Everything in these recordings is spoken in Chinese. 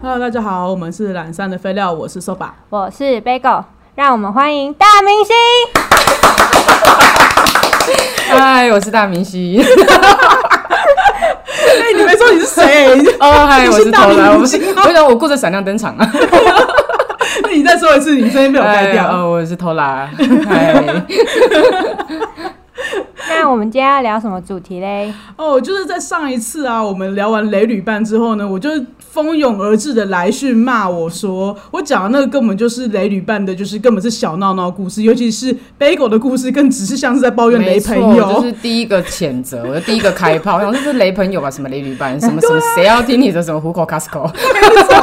Hello，大家好，我们是懒散的废料，我是 Soba。我是 Bagel，让我们欢迎大明 星。嗨，我是大明星。哎、你没说你是谁？ 哦，嗨，你我是是大投篮，我明不是，星我想我顾着闪亮登场 啊。那你再说一次，你声音被我盖哎掉。哦，我是 投篮。嗨，那我们今天要聊什么主题嘞？哦，就是在上一次啊，我们聊完雷旅伴之后呢，我就蜂拥而至的来讯骂我说，我讲的那个根本就是雷旅伴的，就是根本是小闹闹故事，尤其是 Bagel 的故事，更只是像是在抱怨雷没错，朋我就友。 是 第一个谴责，我就第一个开炮，我想说这是雷朋友吧，什么雷旅 伴，什么什么，啊谁要听你的什么虎口 Costco？哎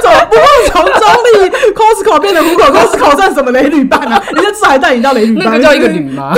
怎么不会从中立 Costco 变成虎口 Costco 算什么雷 旅伴啊？人家至少还带你到雷旅那伴，个叫一个旅吗？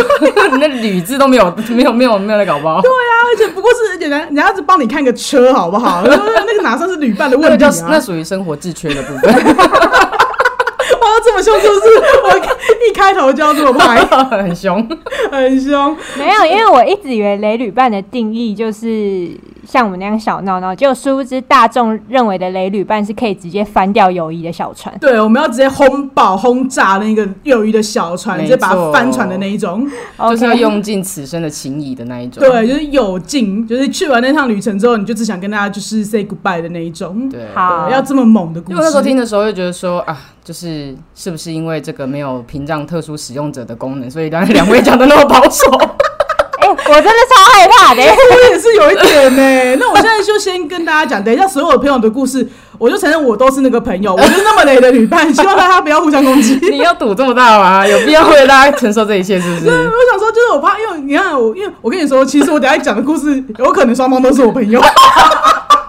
你 那旅字都没有，没有，没有，没有那个好 不好？对啊，而且不过是人家人家只帮你看个车好不 好？那个哪算是旅伴的那问个题叫啊？那属于生活自缺的部分， 哇，这么凶是不是？我一开头就要这么拍，很凶。很凶。没有，因为我一直以为雷旅伴的定义就是像我们那样小闹闹，结果殊不知大众认为的雷旅伴是可以直接翻掉友谊的小船。对，我们要直接轰爆、轰炸那个幼鱼的小船，直没接把它错翻船的那一种。就是要 OK 用尽此生的情谊的那一种。对，就是有劲，就是去完那趟旅程之后，你就只想跟大家就是 say goodbye 的那一种。对好对要这么猛的故因事。为我那时候听的时候，就觉得说啊，就是是不是因为这个没有屏障特殊使用者的功能，所以让两位讲的那么保 守？哎、我真的超害怕的、我也是有一点呢、那我现在就先跟大家讲，等一下所有朋友的故事，我就承认我都是那个朋友，我就是那么雷的旅伴，希望大家不要互相攻 击。你要赌这么大吗？有必要为大家承受这一切，是不对，是？我想说，就是我怕，因为你看我，因为我跟你说，其实我等一下讲的故事，有可能双方都是我朋 友。我跟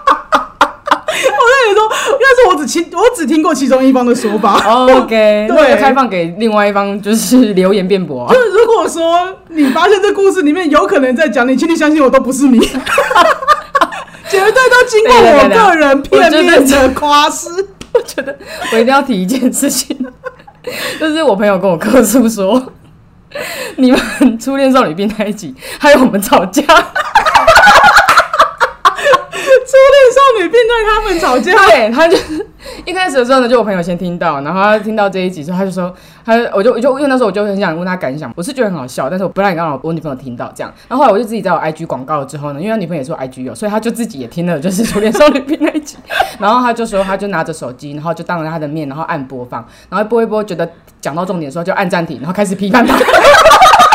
你说，但是我只听我只听过其中一方的说法。哦 OK，对那就开放给另外一方就是留言辩驳 啊、就是如果说你发现这故事里面有可能在讲你，请你相信我都不是 你，绝对都经过对我对对对个人片面的夸饰。我一定要提一件事情，就是我朋友跟我客诉说，你们初恋少女变态集还有我们吵架，初恋少女变对他们吵 架，对他就是一开始的时候呢，就我朋友先听到，然后他听到这一集之后，他就说，他我就我就因为那时候我就很想问他感想，我是觉得很好笑，但是我不让你让我我女朋友听到这样。然后后来我就自己在我 IG 广告了之后呢，因为他女朋友也是我 IG 友，所以他就自己也听了，就是初恋少女病那一集。 然后他就说，他就拿着手机，然后就当着他的面，然后按播放，然后播一播，觉得讲到重点的时候就按暂停，然后开始批判他，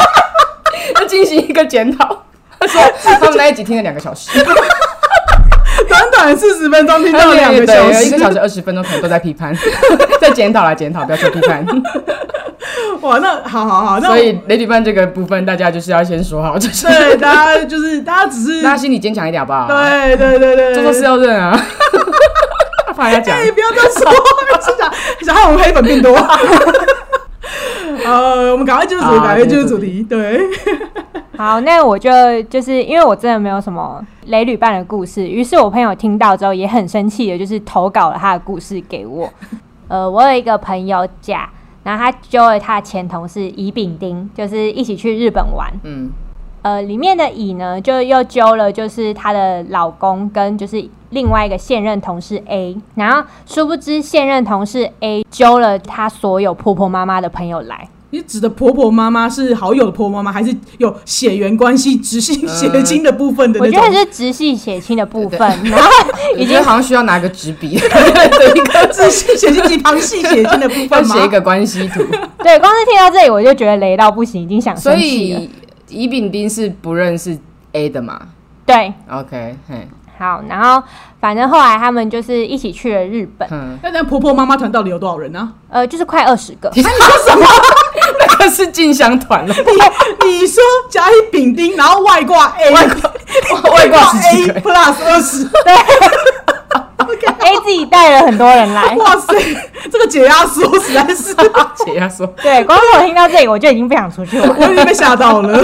就进行一个检讨。他说他们那一集听了两个小时。短短四十分钟听 到对两个哎对小有一时个，小时二十分钟可能都在批判， 在检讨啦，检讨，不要说批判。哇，那好好 好，那我所以雷旅伴这个部分，大家就是要先说好，就是对大家就是大家只是大家心里坚强一点，好不好？，对对对对，做错事要认啊， 怕人家讲哎、。 不要再说，是想想害我们黑粉变多。呃，我们赶快进入主题，好赶快进入进入主主题。对，好，那我就就是因为我真的没有什么雷旅伴的故事，于是我朋友听到之后也很生气的，就是投稿了他的故事给我。呃，我有一个朋友甲，然后他揪了他的前同事乙、丙、丁，就是一起去日本玩。嗯，呃，里面的乙呢，就又揪了就是她的老公跟就是另外一个现任同事 A，然后殊不知现任同事 A 揪了她所有婆婆妈妈的朋友来。你指的婆婆妈妈是好友的婆婆妈妈，还是有血缘关系、直系血亲的部分的我那觉得种？是直系血亲的部对分，然后我已觉经得好像需要拿个纸 笔，对一个直系血亲及旁系血亲的部要分吗？写一个关系 图。 对，光是听到这里我就觉得雷到不行，已经想所生气了。啊以乙丙丁是不认识 A 的嘛对， ？OK，嘿，好，然后反正后来他们就是一起去了日 本，嗯，那那婆婆妈妈团到底有多少人啊呢、呃，就是快二十个。你说什么？ 那个是进香团 了，你你说甲乙丙丁，然后外挂 A，外 挂外挂十几 A 个 plus 二十， A 自己带了很多人来，哇塞，这个解压缩实在是， 姐要说。对，光是我听到这里我就已经不想出去玩了。我已经被吓到了。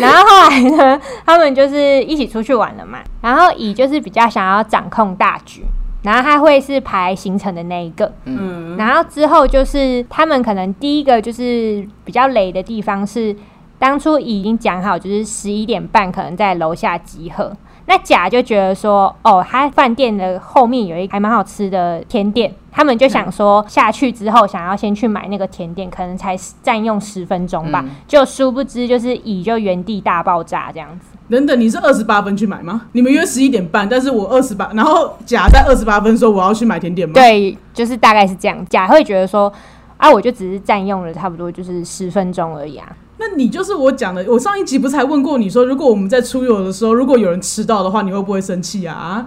然后后来呢，他们就是一起出去玩了嘛。然后乙就是比较想要掌控大局，然后他会是排行程的那一个。嗯，然后之后就是他们可能第一个就是比较累的地方是。当初乙已经讲好，就是十一点半可能在楼下集合。那甲就觉得说，哦，他饭店的后面有一个还蛮好吃的甜点，他们就想说下去之后想要先去买那个甜点，可能才占用十分钟吧。就殊不知就是乙就原地大爆炸这样子。等等，你是二十八分去买吗？你们约十一点半，但是我二十八，然后甲在二十八分说我要去买甜点吗？，对，就是大概是这样。甲会觉得说，啊，我就只是占用了差不多就是十分钟而已啊。那你就是我讲的，我上一集不是还问过你说，如果我们在出游的时候，如果有人迟到的话，你会不会生气啊？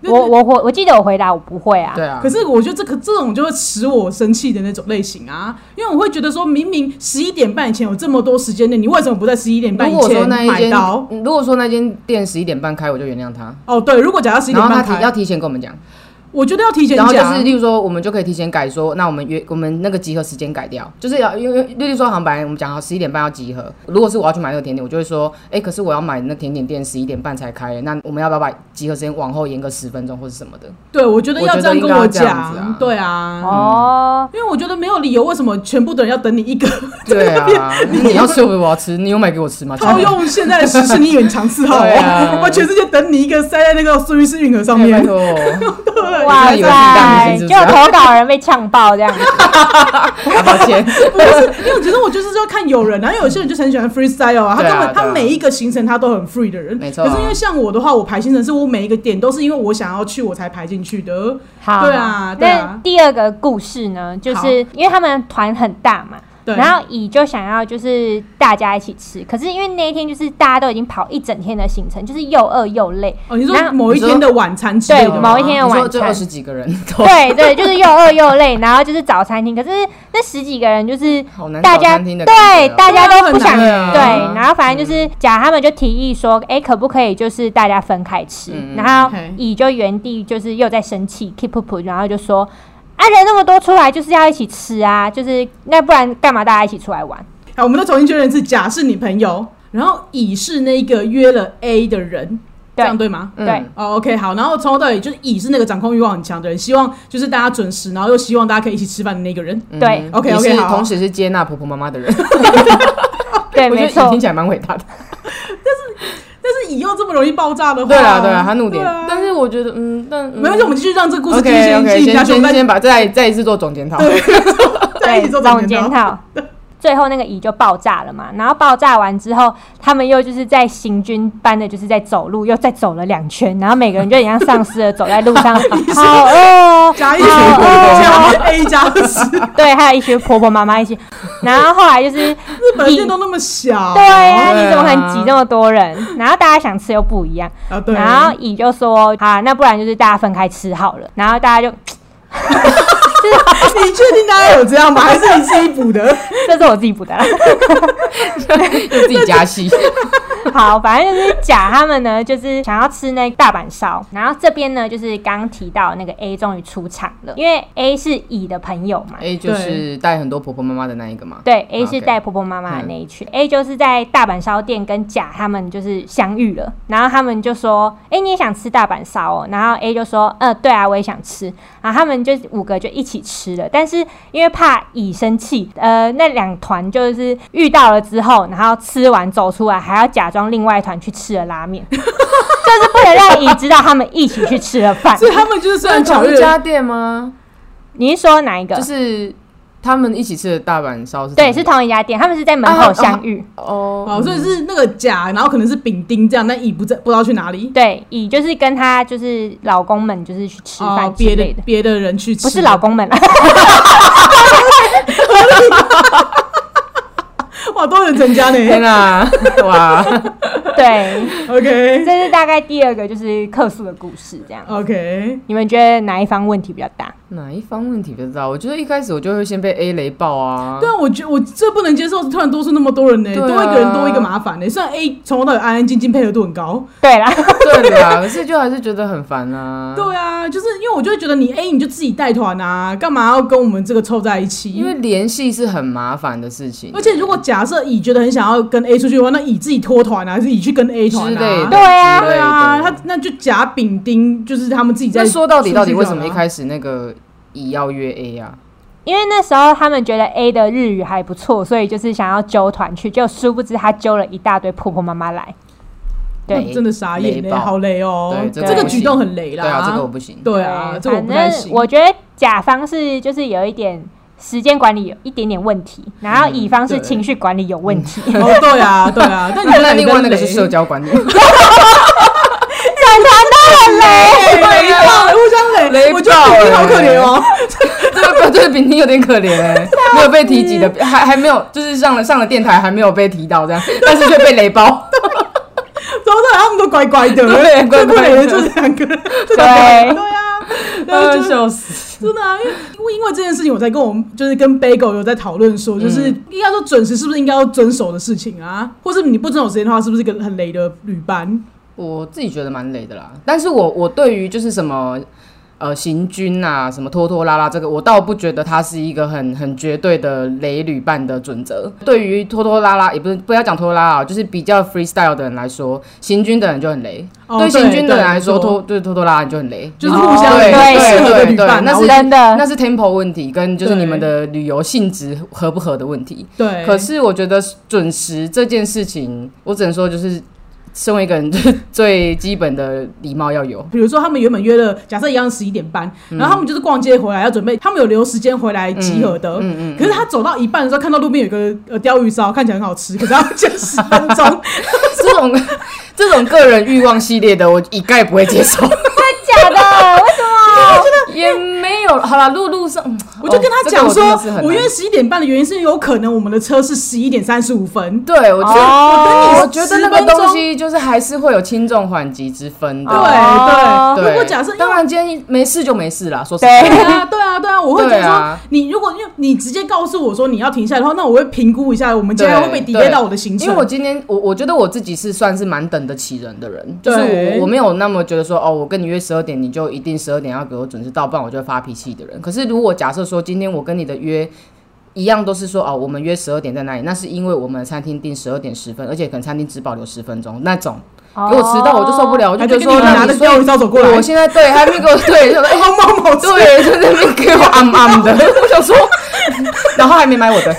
那我我我我记得我回答我不会啊。对啊可，是我觉得这个这种就会使我生气的那种类型啊，因为我会觉得说，明明十一点半以前有这么多时间内，你为什么不在十一点半如以果说前那一买间到，？嗯如果说那间店十一点半开，我就原谅他。哦，对，如果假到十一然点后他半提要开，提前跟我们讲，我觉得要提前然后就讲，是例如说，我们就可以提前改说，那我们约我们那个集合时间改掉，就是要因为例如说，好像本来我们讲好十一点半要集合，如果是我要去买那个甜点，我就会说，哎、可是我要买那甜点店十一点半才开，那我们要不要把集合时间往后延个十分钟或是什么的？对，我觉得要我觉得这样跟应该我要这样讲，子啊对啊。哦，因为我觉得没有理由，为什么全部的人要等你一 个？对 啊，你要吃我我要吃，你有买给我吃吗？套用现在的时事，你以为你常吃好对啊哦？ 我全世界等你一个塞在那个苏伊士运河上哎拜面。托，对，哇啊你看有你大塞，明星是不就是啊投稿人被呛爆这样 子。啊抱歉， 不是，因为我觉得我就是要看有人啊，因为有些人就是很喜欢 freestyle 啊，他对根啊本他对啊每一个行程他都很 free 的人，没错啊可是因为像我的话，我排行程是我每一个点都是因为我想要去我才排进去的。好，对啊对啊那第二个故事呢，就好是因为他们团很大嘛，对，然后乙就想要就是大家一起吃，可是因为那一天就是大家都已经跑一整天的行程，就是又饿又累。 哦，你然说后某一天的晚餐之类的吗，对某一天的你晚说这餐二十几个人都对对，就是又饿又累，然后就是找餐厅，可是那十几个人就是好难大找家餐厅的感对觉哦，大家都不想对啊对，然后反正就是甲他们就提议说，哎、可不可以就是大家分开吃？嗯然后 OK 乙就原地就是又在生气，keep up，然后就说，啊人那么多出来就是要一起吃啊，就是那不然干嘛大家一起出来玩？好，我们再重新确认一次，甲是你朋友，然后乙是那个约了 A 的人，这对样对吗？嗯对哦，OK，好，然后从头到尾就是乙是那个掌控欲望很强的人，希望就是大家准时，然后又希望大家可以一起吃饭的那个人。嗯对 OK，OK，你是好同时是接纳婆婆妈妈的人，对， 我觉没得你错听，起来蛮伟大的。但是乙又这么容易爆炸的话，对啊，对啊，他怒点对啊，但是我觉得，嗯，但没关系，我们继续让这个故事继续 OK 先 OK，进行下先去，我先们再先把再再一次做总检讨。再一起做总总检检讨。 讨。最后那个乙就爆炸了嘛，然后爆炸完之后，他们又就是在行军般的，就是在走路，又再走了两圈，然后每个人就很像丧尸的走在路 上，好饿哦，加一群好饿哦，加 A 加十，日对，还有一群婆婆妈妈一起，然后后来就是本人店都那么小，哦对啊，对啊你怎么可能挤这么多人？然后大家想吃又不一样，啊对，然后乙就说啊，那不然就是大家分开吃好了，然后大家就 你确定大家有这样吗？还是你自己补的？这是我自己补的啦。 就自己加 戏。好，反正就是甲他们呢，就是想要吃那大阪烧，然后这边呢就是刚刚提到那个 A 终于出场了，因为 A 是乙的朋友嘛。 A 哎就是带很多婆婆妈妈的那一个嘛。对，A 是 OK 带婆婆妈妈的那一群、a 就是在大阪烧店跟甲他们就是相遇了，然后他们就说，哎、你也想吃大阪烧哦？然后 A 就说，呃，对啊，我也想吃。然后他们就五个就一起吃了，但是因为怕乙生气，呃，那两团就是遇到了之后，然后吃完走出来，还要假装另外一团去吃了拉面， 就是不能让乙知道他们一起去吃了饭。所以他们 就是虽然巧遇一家店吗？你是说哪一个？就是他们一起吃的大阪烧是？对，是同一家店，他们是在门口啊相遇。哦，哦。所以是那个甲，然后可能是丙丁这样，但乙不在，不知道去哪里，对，以就是跟她就是老公们就是去吃哦饭，之别类的的，别的人去啊吃，不是老公们啦，啊哇，多人成家天呢。 啊，哇！对， OK 这是大概第二个就是客诉的故事这样。 OK，你们觉得哪一方问题比较大？哪一方问题不知道？我觉得一开始我就会先被 A 雷爆啊。对啊，我觉我最不能接受，突然多出那么多人呢，对啊多一个人多一个麻烦呢。虽然 A 从头到尾安安静静，配合度很高，对啦， 对啦，可是就还是觉得很烦啊。对啊，就是因为我就会觉得你 A 你就自己带团啊，干嘛要跟我们这个凑在一起？因为联系是很麻烦的事情，而且如果假设乙觉得很想要跟 A 出去的话，那乙自己脱团啊，还是乙去跟 A 团之类啊？的对啊之类对的啊，他那就甲丙丁就是他们自己在那出去干嘛。说到底，到底为什么一开始那个乙要约 A 啊？因为那时候他们觉得 A 的日语还不错，所以就是想要揪团去，就殊不知他揪了一大堆婆婆妈妈来。对那真的傻眼嘞，雷爆好雷哦、对这这个个我不举行动很雷啦。对啊，这个我不行。对啊，这个我反不太正行。我觉得甲方是就是有一点时间管理有一点点问题，然后乙方是嗯对情绪管理有问题。哦，对啊，对啊。但你那觉那得另外那个是社社交交管理，雷爆，互相雷 雷我觉爆得你好欸可怜哦。这个对比你有点可怜欸，没有被提及 的，还还没有，就是上了上了电台还没有被提到这样，但是却被雷包。然后他们都乖乖的， 对乖最可乖怜的的就是两个人，对对对啊，啊对，就是笑死！真的啊，因为因为因为这件事情，我在跟我们就是跟 Bagel 有在讨论说，就是嗯应该说准时是不是应该要遵守的事情啊，或是你不遵守时间的话，是不是一个很雷的旅伴？我自己觉得蛮累的啦，但是我我对于就是什么。呃，行军啊，什么拖拖拉拉，这个我倒不觉得它是一个很很绝对的雷旅伴的准则。对于拖拖拉拉，也不是不要讲拖拖拉拉，就是比较 freestyle 的人来说，行军的人就很雷。哦对行军的人来说，没错拖对拖拖拉拉你就很雷，就是哦互相对不适合的对旅对伴啊，嗯 那我是真的那是 tempo 问题，跟就是对你们的旅游性质合不合的问题。对，可是我觉得准时这件事情，我只能说就是，身为一个人， 就是最基本的礼貌要有。 比如说他们原本约了，假设一样十一点半，嗯然后他们就是逛街回来要准备，他们有留时间回来集合嗯的。可是他走到一半的时候，看到路边有个呃鲷鱼烧，看起来很好 吃，可是他要等十分钟，这种这种个人欲望系列的，我一概不会接受。假的？为什么？ 也没有，好啦，路路上，嗯我就跟他哦讲这个说，我真的是很我约难十一点半的原因是有可能我们的车是十一点三十五分。对我觉得，哦我觉得那个10分钟东西就是还是会有轻重缓急之分的。对哦对，对，如果假设因为当然今天没事就没事啦，说实对话对啊，对啊，对啊，我会觉得对说啊，你如果因为你直接告诉我说你要停下来的话，那我会评估一下我们今天会不会对 delay 对到我的行程。因为我今天我我觉得我自己是算是蛮等得起人的人，就是对我我没有那么觉得说哦，我跟你约十二点，你就一定十二点要给我准时到，不然我就会发脾气的人。可是如果假设说今天我跟你的约。一样都是说哦，我们约十二点在哪里？那是因为我们餐厅定十二点十分，而且可能餐厅只保留十分钟那种，给我迟到我就受不了，我就哦哦还就觉得跟你说拿着说钓鱼烧走过来，我现在对还没给我对，就说哎好某某 对，对，就在那边给我暗 暗的，我想说，然后还没买我的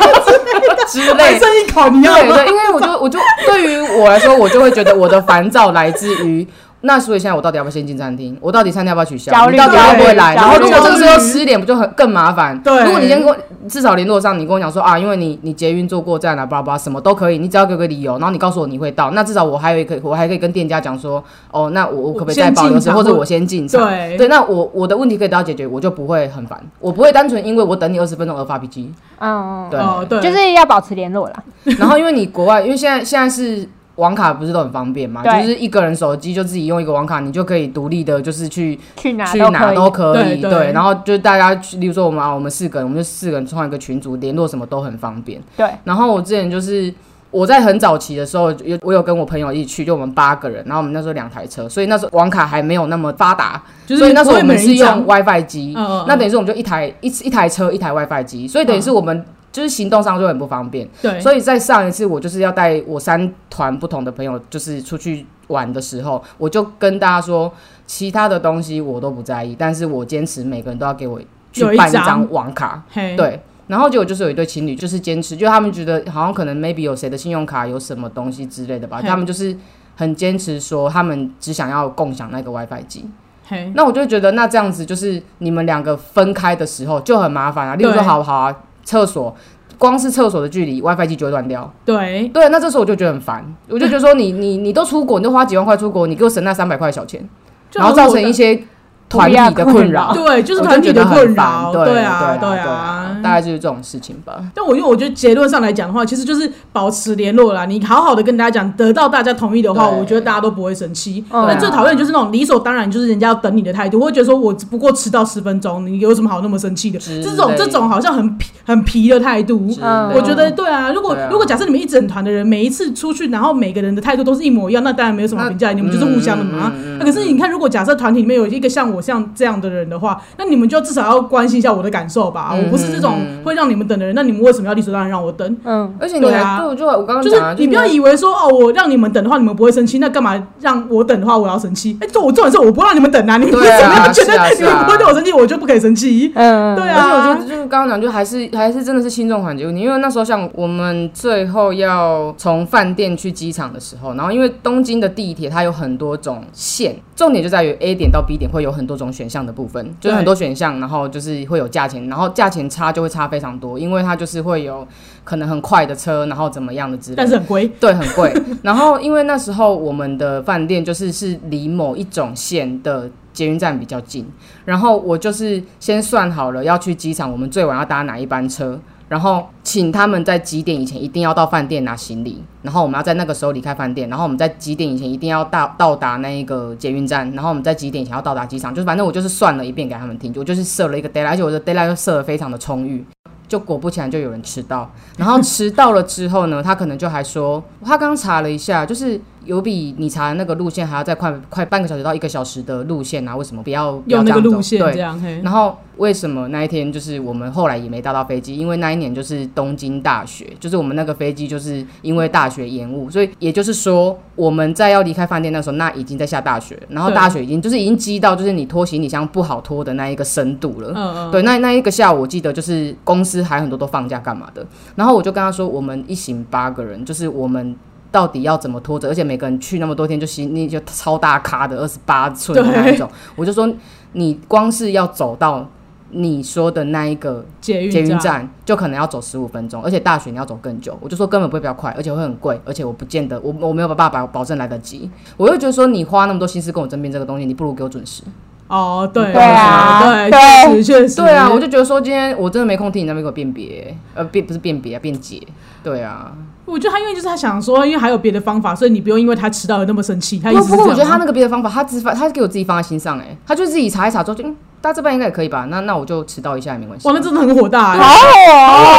之还类的剩一口，你要对吗？对，因为我就我就对于我来说，我就会觉得我的烦躁来自于。那所以现在我到底要不要先进餐厅？我到底餐厅要不要取消？焦虑你到底要不会来？对然后如果焦这虑个时候十点，不就很更麻烦？对如果你先跟我至少联络上，你跟我讲说啊，因为你你捷运坐过站啊，巴拉巴拉什么都可以，你只要给我个理由，然后你告诉我你会到，那至少我还有一个，我还可以跟店家讲说，哦，那我我可不可以再先保留进时间，场或者或我先进场？对那我我的问题可以得到解决，我就不会很烦，我不会单纯因为我等你二十分钟而发脾气。嗯，对，哦对，就是要保持联络啦。然后因为你国外，因为现在现在是网卡不是都很方便嘛，就对是一个人手机就自己用一个网卡，你就可以独立的，就是去。去哪去都哪可以。都可以，对对然后就大家去，例如说我们啊，我们四个人，我们就四个人创一个群组，联络什么都很方便。对，然后我之前就是我在很早期的时候，有我有跟我朋友一起去，就我们八个人，然后我们那时候两台车，所以那时候网卡还没有那么发达，就是所以那时候我们不会每是人一张用 WiFi 机，嗯嗯嗯那等于是我们就一台一一台车一台 WiFi 机，所以等于是我们就是行动上就很不方便。对，所以在上一次我就是要带我三团不同的朋友，就是出去玩的时候，我就跟大家说，其他的东西我都不在意，但是我坚持每个人都要给我去有一办一张张网卡。嘿，对，然后结果就是有一对情侣，就是坚持，就他们觉得好像可能 maybe 有谁的信用卡有什么东西之类的吧，嘿他们就是很坚持说他们只想要共享那个 WiFi 机。嘿，那我就觉得那这样子就是你们两个分开的时候就很麻烦啊，例如说对好好啊，厕所。光是厕所的距离，WiFi 机就会断掉。对，对，那这时候我就觉得很烦，我就觉得说你 你你都出国，你都花几万块出国，你给我省那三百块小钱，就然后造成一些团体的困不扰必， 对，就是我团觉体得的很困烦扰，对啊，对啊啊，。大概就是这种事情吧。但我因为我觉得结论上来讲的话，其实就是保持联络啦。你好好的跟大家讲，得到大家同意的话，对我觉得大家都不会生气。啊嗯但最讨厌就是那种理所当然，就是人家要等你的态度，我会觉得说我只不过迟到十分钟，你有什么好那么生气的？之类这种这种好像很皮很皮的态度。之类的我觉得对啊，如果、对啊如果假设你们一整团的人每一次出去，然后每个嗯人的态度都是一模一样，那当然没有什么好评价，你们就是互相的嘛。那、可是你看，如果假设团体里面有一个像我像这样的人的话，那你们就至少要关心一下我的感受吧。嗯我不是这种嗯嗯会让你们等的人，那你们为什么要理所当然让我等？嗯，而且你对还啊对，我就我刚刚就讲啊，是你不要以以为说哦，我让你们等的话，你们不会生气，那干嘛让我等的话，我要生气？哎、这我重点是我不让你们等啊，你们对啊怎么样觉得是啊你是啊们不会对我生气，我就不可以生气？嗯，对而且我觉啊得，就是刚刚讲，就还是还是真的是轻重缓急问题。因为那时候像我们最后要从饭店去机场的时候，然后因为东京的地铁它有很多种线，重点就在于 A 点到 B 点会有很多种选项的部分，就是很多选项，然后就是会有价钱，然后价钱差就会差非常多，因为它就是会有可能很快的车，然后怎么样的之类的但是很贵，对，很贵。 然后因为那时候我们的饭店就是是离某一种线的捷运站比较近，然后我就是先算好了要去机场，我们最晚要搭哪一班车，然后请他们在几点以前一定要到饭店拿行李，然后我们要在那个时候离开饭店，然后我们在几点以前一定要到到达那一个捷运站，然后我们在几点以前要到达机场，就是反正我就是算了一遍给他们听，我就是设了一个 deadline，而且我的 deadline 又设的非常的充裕。就果不其然就有人迟到，然后迟到了之后呢，他可能就还说，他刚查了一下，就是有比你查的那个路线还要再快快半个小时到一个小时的路线啊，为什么不要不要用这那个样路走线对这样嘿。然后为什么那一天就是我们后来也没搭到飞机？因为那一年就是东京大学，就是我们那个飞机就是因为大学延误，所以也就是说我们在要离开饭店那时候，那已经在下大雪，然后对大雪已经就是已经积到就是你拖行李箱不好拖的那一个深度了。嗯嗯，对，那那一个下午，我记得就是公司还很多都放假干嘛的，然后我就跟他说，我们一行八个人，就是我们到底要怎么拖着，而且每个人去那么多天，就行李就超大咖的，二十八寸的那一种，我就说你光是要走到你说的那一个嗯捷捷运运站，站就可能要走十五分钟，而且大学你要走更久。我就说根本不会比较快，而且会很贵，而且我不见得我我没有办法保保证来得及。我就觉得说你花那么多心思跟我争辩这个东西，你不如给我准时。哦，对对啊对，确实确实，对啊，我就觉得说今天我真的没空听你那边给我辨别，呃，辨不是辨别啊，辩解。对啊，我觉得他因为就是他想说，因为还有别的方法，所以你不用因为他迟到而那么生气。他意不思是不过我这样觉得他吗那个别的方法，他只放他给我自己放在心上、欸，哎，他就自己查一查之后就，嗯，大家这班应该也可以吧？那那我就迟到一下也没关系。哇，那真的很火大、欸。好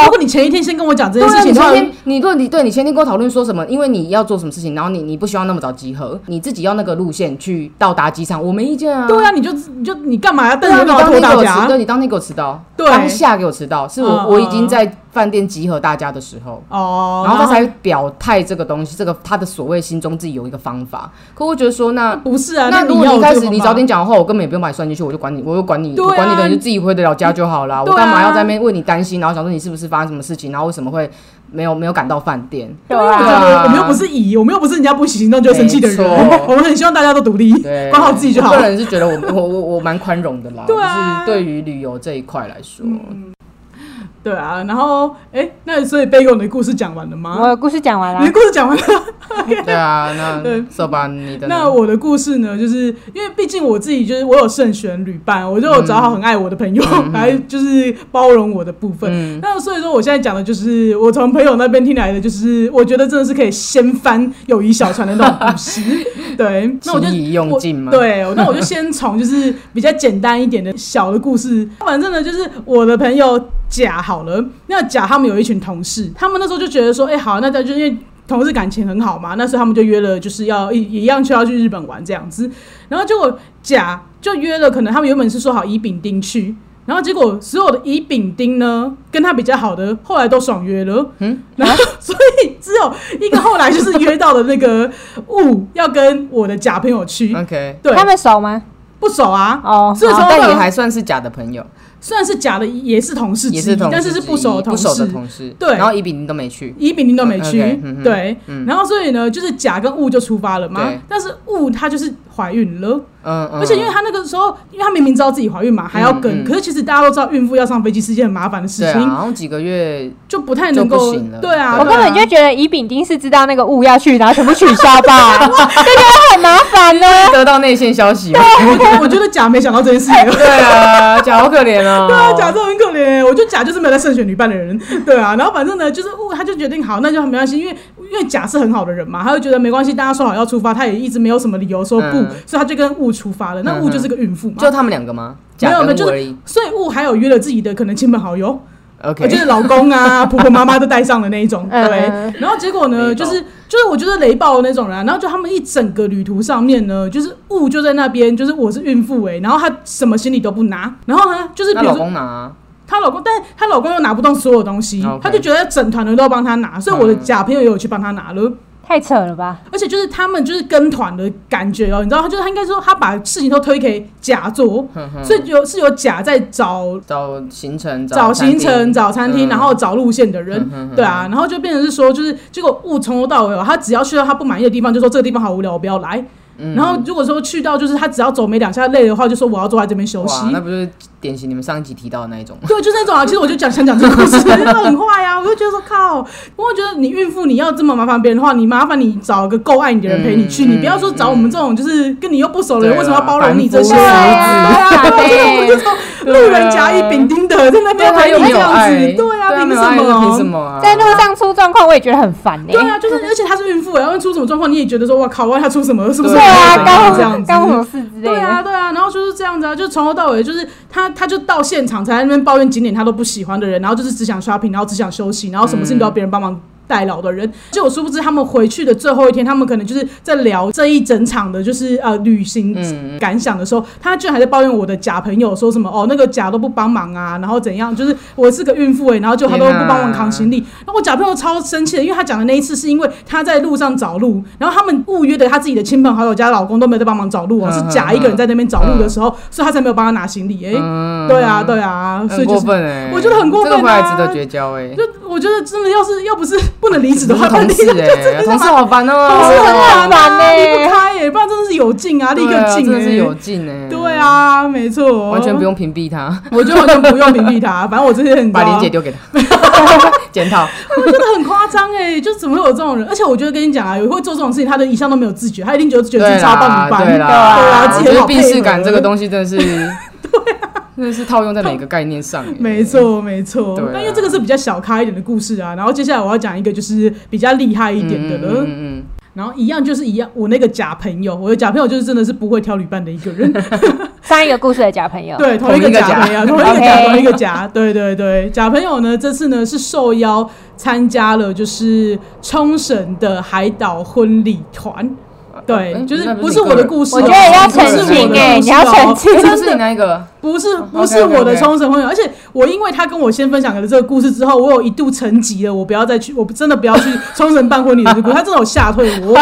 哦，如果你前一天先跟我讲这对件啊，事你情，前然后天你对你对你前天跟我讨论说什么？因为你要做什么事情，然后你你不希望那么早集合，你自己要那个路线去到达机场，我没意见啊。对啊，你就你就你干嘛要对瞪啊，着你脑当拖天给大我迟，家？对你当天给我迟到，对当下给我迟到，是我、嗯我已经在饭店集合大家的时候，哦，然后他才表态这个东西，这个他的所谓心中自己有一个方法。可我觉得说那，不是啊，那如果你要你有一开这始个你方早法点讲的话，我根本也不用把你算进去，我就管你，我就管你，对啊我管你的，你就自己回得了家就好啦。对啊我干嘛要在那边为你担心，然后想说你是不是发生什么事情，然后为什么会没有没有赶到饭店？对我觉啊，得我们又不是乙，我们又不是人家不行动就会生气的人，没错 我们很希望大家都独立，对，管好自己就好我个。人是觉得我我我我蛮宽容的啦，对啊嗯就是对于旅游这一块来说，对啊，然后哎、那所以贝狗你的故事讲完了我吗？的故事讲完啊你了的，故事讲完了。 对啊，那 对说吧，你的呢那我的故事呢，就是因为毕竟我自己就是我有慎选旅伴，我就有找好很爱我的朋友嗯嗯 来就是包容我的部分。嗯那所以说，我现在讲的就是我从朋友那边听来的，就是我觉得真的是可以掀翻友谊小船的那种故事。对，那我就情意用尽吗？我对，那我就先从就是比较简单一点的小的故事。反正呢，就是我的朋友甲好了，那甲他们有一群同事，他们那时候就觉得说，哎、好，那就因为。同事感情很好嘛，那时候他们就约了，就是要一一样就要去日本玩这样子。然后结果甲就约了，可能他们原本是说好乙丙丁去，然后结果所有的乙丙丁呢，跟他比较好的后来都爽约了，嗯，然啊后所以只有一个后来就是约到的那个戊要跟我的甲朋友去， ，OK，对，他们熟吗？不熟啊，哦，所以好说但也还算是假的朋友。虽然是假的，也是同事之也一，是同事之一，但是是不熟的同不事，熟的同事，对然后伊比你都没去，乙丙丁都没去，嗯，OK，嗯哼对，嗯然后所以呢，就是甲跟戊就出发了嘛对，但是戊她就是怀孕了，嗯嗯，而且因为她那个时候，因为她明明知道自己怀孕嘛，还要跟，嗯嗯可是其实大家都知道孕妇要上飞机是一件很麻烦的事对啊，情，然后几个月，就不太能够就不行了，对啊，我根本对啊 就觉得乙丙丁是知道那个物要去，然后全部取消吧， 这个很麻烦呢。得到内线消息嘛，我觉得我觉得甲没想到这件事情。对啊，假好可怜哦，对啊，假设很可怜，我就假就是没有在慎选女伴的人， 对啊，然后反正呢，就是哦，他就决定好，那就没关系，因为因为假是很好的人嘛，他就觉得没关系，大家说好要出发，他也一直没有什么理由说不，嗯所以他就跟雾出发了。那雾就是个孕妇嘛，就他们两个吗？没假有没有，跟就我而是已，所以雾还有约了自己的可能亲朋好友，而 OK，且老公啊、婆婆妈妈都带上的那一 种，嗯对嗯。然后结果呢，雷暴就是就是我觉得雷暴那种人啊、然后就他们一整个旅途上面呢，就是雾就在那边，就是我是孕妇哎、然后她什么行李都不拿，然后呢就是比那如老说公拿啊，她老公，但是她老公又拿不动所有东西哦 OK，她就觉得整团人都要帮她拿，所以我的嗯假朋友也有去帮她拿了。太扯了吧？而且就是他们就是跟团的感觉哦，你知道，他就是他应该说他把事情都推给甲做，哼嗯哼所以有是有甲在找找行程，找餐行程、厅找餐厅，嗯然后找路线的人嗯哼，哼对啊，然后就变成是说，就是结果雾从头到尾哦，他只要去到他不满意的地方，就说这个地方好无聊，我不要来。嗯然后如果说去到就是他只要走没两下累的话，就说我要坐在这边休息哇，。那不就是典型你们上一集提到的那一种？ 对，就是那 种啊。其实我就讲想讲这个故事， 真的很坏啊。我就觉得说靠，我觉得你孕妇你要这么麻烦别人的话，你麻烦你找个够爱你的人陪你去，嗯你不要说找我们这种就是跟你又不熟的人，对啊为什么要包容你这些？对对啊啊，对 对啊，我就说路人甲乙丙丁的在那边他陪又你啊没这有样爱，子，对啊，凭没有什爱那凭什么？么啊？在路上出状况，我也觉得很烦呢、对啊，就是，而且她是孕妇，然后出什么状况，你也觉得说，哇靠，万一她出什么，是不是对啊，怎刚样干这样子？干我什么事之类对啊，的？对啊，然后就是这样子啊，就从头到尾就是他，他就到现场才在那边抱怨景点他都不喜欢的人，然后就是只想 shopping，然后只想休息，然后什么事情都要别人帮忙。代劳的人，结果殊不知他们回去的最后一天，他们可能就是在聊这一整场的，就是呃旅行嗯感想的时候，他居然还在抱怨我的假朋友说什么哦，那个假都不帮忙啊，然后怎样，就是我是个孕妇哎、然后就他都不帮忙扛啊行李。然后我假朋友超生气的，因为他讲的那一次是因为他在路上找路，然后他们误约的他自己的亲朋好友加老公都没有在帮忙找路哦、嗯是假一个人在那边找路的时候，所以他才没有帮他拿行李哎、嗯对啊，对啊，所以很就过是。分哎，我觉得很过分啊这个回来值得绝交哎。就我觉得真的，要是要不是不能离职的话，同 事那 真的哎，是同事好烦哦， 同事很难很难啊，欸离不开哎，不然真的是有劲啊，立对啊刻进真的是哎有劲哎，对，啊，没错，完全不用屏蔽他，我就完全不用屏蔽他，反正我这些人 把林姐姐丢给他 检 讨。我觉得很夸张哎，就怎么会有这种人？而且我觉得跟你讲啊，有会做这种事情，他的一向都没有自觉，他一定觉得觉得自对己超棒啦一，般，对对啊，啦，自我己觉很得好病配视合感这个东西真 的是，对啊，真的是套用在每个概念上。哎没，错，没错对啊。那因为这个是比较小咖一点的故事啊，然后接下来我要讲一个就是比较厉害一嗯点的了。嗯嗯然后一样就是一样，我那个假朋友，我的假朋友就是真的是不会挑旅伴的一个人，上一个故事的假朋友，对，同一个同一个假假朋友，同一个假， OK 同一个假，对对对，假朋友呢，这次呢是受邀参加了就是冲绳的海岛婚礼团。对，呃哎就是那不不是是我你个的人故事哦，我觉得要不是我澄的清故哎、事你要哦澄清真嗯，，是的不是你那一个？不是不哦 OK，OK，OK 是我的冲绳婚友，而且我因为他跟我先分享了这个故事之后，我有一度沉寂了，我不要再去，我真的不要去冲绳办婚礼的故事，他真的有吓退 我。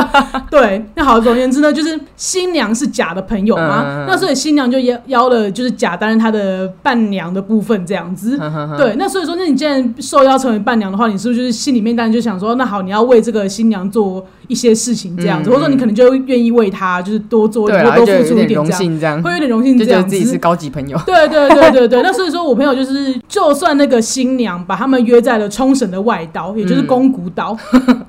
对，那好，总而言之呢，就是新娘是假的朋友嘛，嗯嗯嗯那所以新娘就邀邀了就是假担任她的伴娘的部分这样子。哼哼哼，对，那所以说，那你既然受邀成为伴娘的话，你是不是就是心里面当然就想说，那好，你要为这个新娘做一些事情这样子，嗯或者说你可能就愿意为她就是多做对多啦，多就觉得付有出一点点荣这样，幸这样会，有点荣幸就这觉得样自己是高级朋友。对对对对对，那所以说我朋友就是，就算那个新娘把他们约在了冲绳的外岛，也就是宫古岛，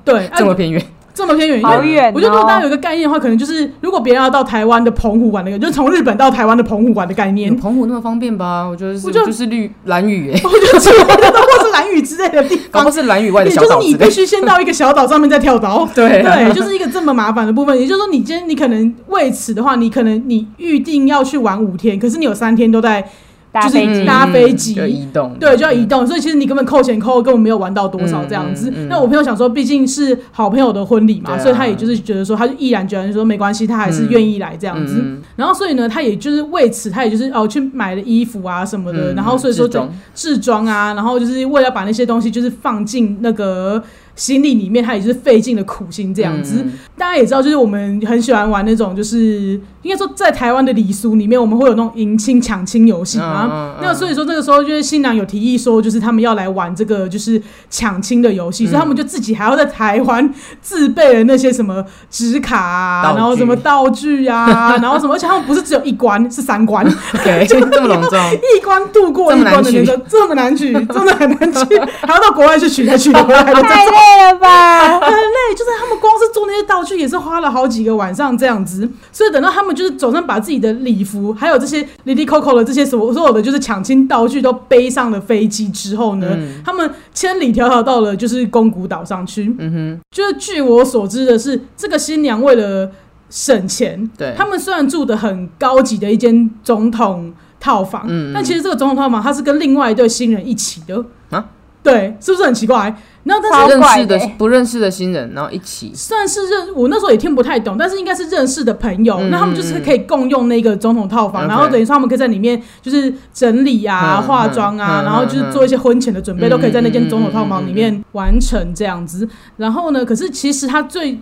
对，啊这么偏远，这么偏远，因好为远、哦。我觉得如果大家有一个概念的话，可能就是如果别人要到台湾的澎湖玩那个，就是从日本到台湾的澎湖玩的概念，澎湖那么方便吧？我觉得是我就就是绿蓝屿哎， 我觉得是我的或是蓝屿之类的地 搞方不好，是蓝屿外的也小就是岛你之必类。须先到一个小岛上面再跳岛。 对啊对，就是一个这么麻烦的部分。也就是说，你今天你可能为此的话，你可能你预定要去玩五天，可是你有三天都在搭飞就是机，搭飞机嗯就移动，对，就要移动，所以其实你根本扣钱扣根本没有玩到多少这样子。嗯嗯嗯嗯那我朋友想说，毕竟是好朋友的婚礼嘛，对啊所以他也就是觉得说，他就毅然决然说没关系，他还是愿意来这这样子。然后所以呢，他也就是为此，他也就是哦去买了衣服啊什么嗯的，然后所以说就制装啊，然后就是为了把那些东西就是放进那个行李里面，他也就是费尽了苦心这样嗯子。大家也知道，就是我们很喜欢玩那种，就是应该说在台湾的礼俗里面，我们会有那种迎亲抢亲游戏嘛。嗯嗯嗯那所以说那个时候，就是新娘有提议说，就是他们要来玩这个就是抢亲的游嗯戏，所以他们就自己还要在台湾自备了那些什么纸卡啊道，具然后什么道具 啊，然后什么，而且他们不是只有一关，是三关。嗯 OK，这么隆重，一关度过这一么难关的那个，这么难取，真的很难取，还要到国外去取才取得回 来的这太种。累 了吧？很累，就是他们光是做那些道具也是花了好几个晚上这样子，所以等到他们就是手上把自己的礼服，还有这些 Lily Coco 的这些所所有的就是抢亲道具都背上了飞机之后呢，嗯他们千里迢迢到了就是宫古岛上去。嗯哼，就是据我所知的是，这个新娘为了省钱，对他们虽然住的很高级的一间总统套房，嗯嗯但其实这个总统套房它是跟另外一对新人一起的啊。对，是不是很奇怪？然后但是超认怪识的的不认识的新人，然后一起算是认，我那时候也听不太懂，但是应该是认识的朋友，那他们就是可以共用那个总统套房， OK 然后等于说他们可以在里面就是整理啊、嗯化妆啊，嗯嗯然后就是做一些婚前的准备，嗯都可以在那间总统套房里面完成这样子。然后呢，可是其实它最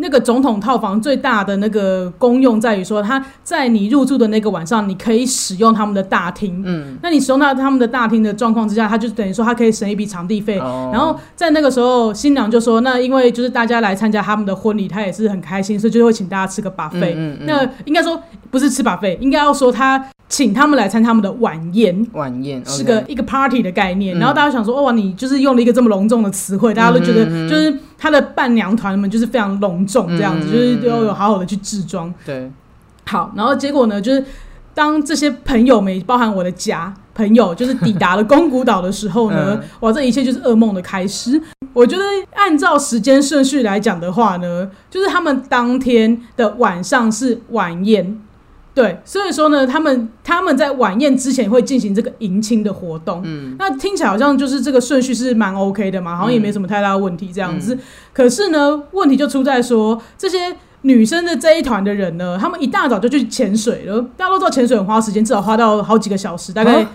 那个总统套房最大的那个功用在于说，它在你入住的那个晚上，你可以使用他们的大厅。嗯，那你使用到他们的大厅的状况之下，它就等于说它可以省一笔场地费，哦然后在那个时候，新娘就说：“那因为就是大家来参加他们的婚礼，她也是很开心，所以就会请大家吃个 buffet。那嗯应该说不是吃 buffet，应该要说她请他们来参加他们的晚宴。晚宴是个一个 party 的概嗯念，然后大家想说，哇，你就是用了一个这么隆重的词汇，大家都觉嗯得就是他的伴娘团们就是非常隆重这样子，嗯就是都有好好的去制装。对，好，然后结果呢，就是当这些朋友们，包含我的家朋友，就是抵达了宫古岛的时候呢，嗯哇，这一切就是噩梦的开始。我觉得按照时间顺序来讲的话呢，就是他们当天的晚上是晚宴。对，所以说呢，他们他们在晚宴之前会进行这个迎亲的活动，嗯，那听起来好像就是这个顺序是蛮 OK 的嘛，嗯好像也没什么太大的问题这样子。可是呢，问题就出在说这些。女生的这一团的人呢，他们一大早就去潜水了。大家都知道潜水很花时间，至少花到好几个小时，大概、啊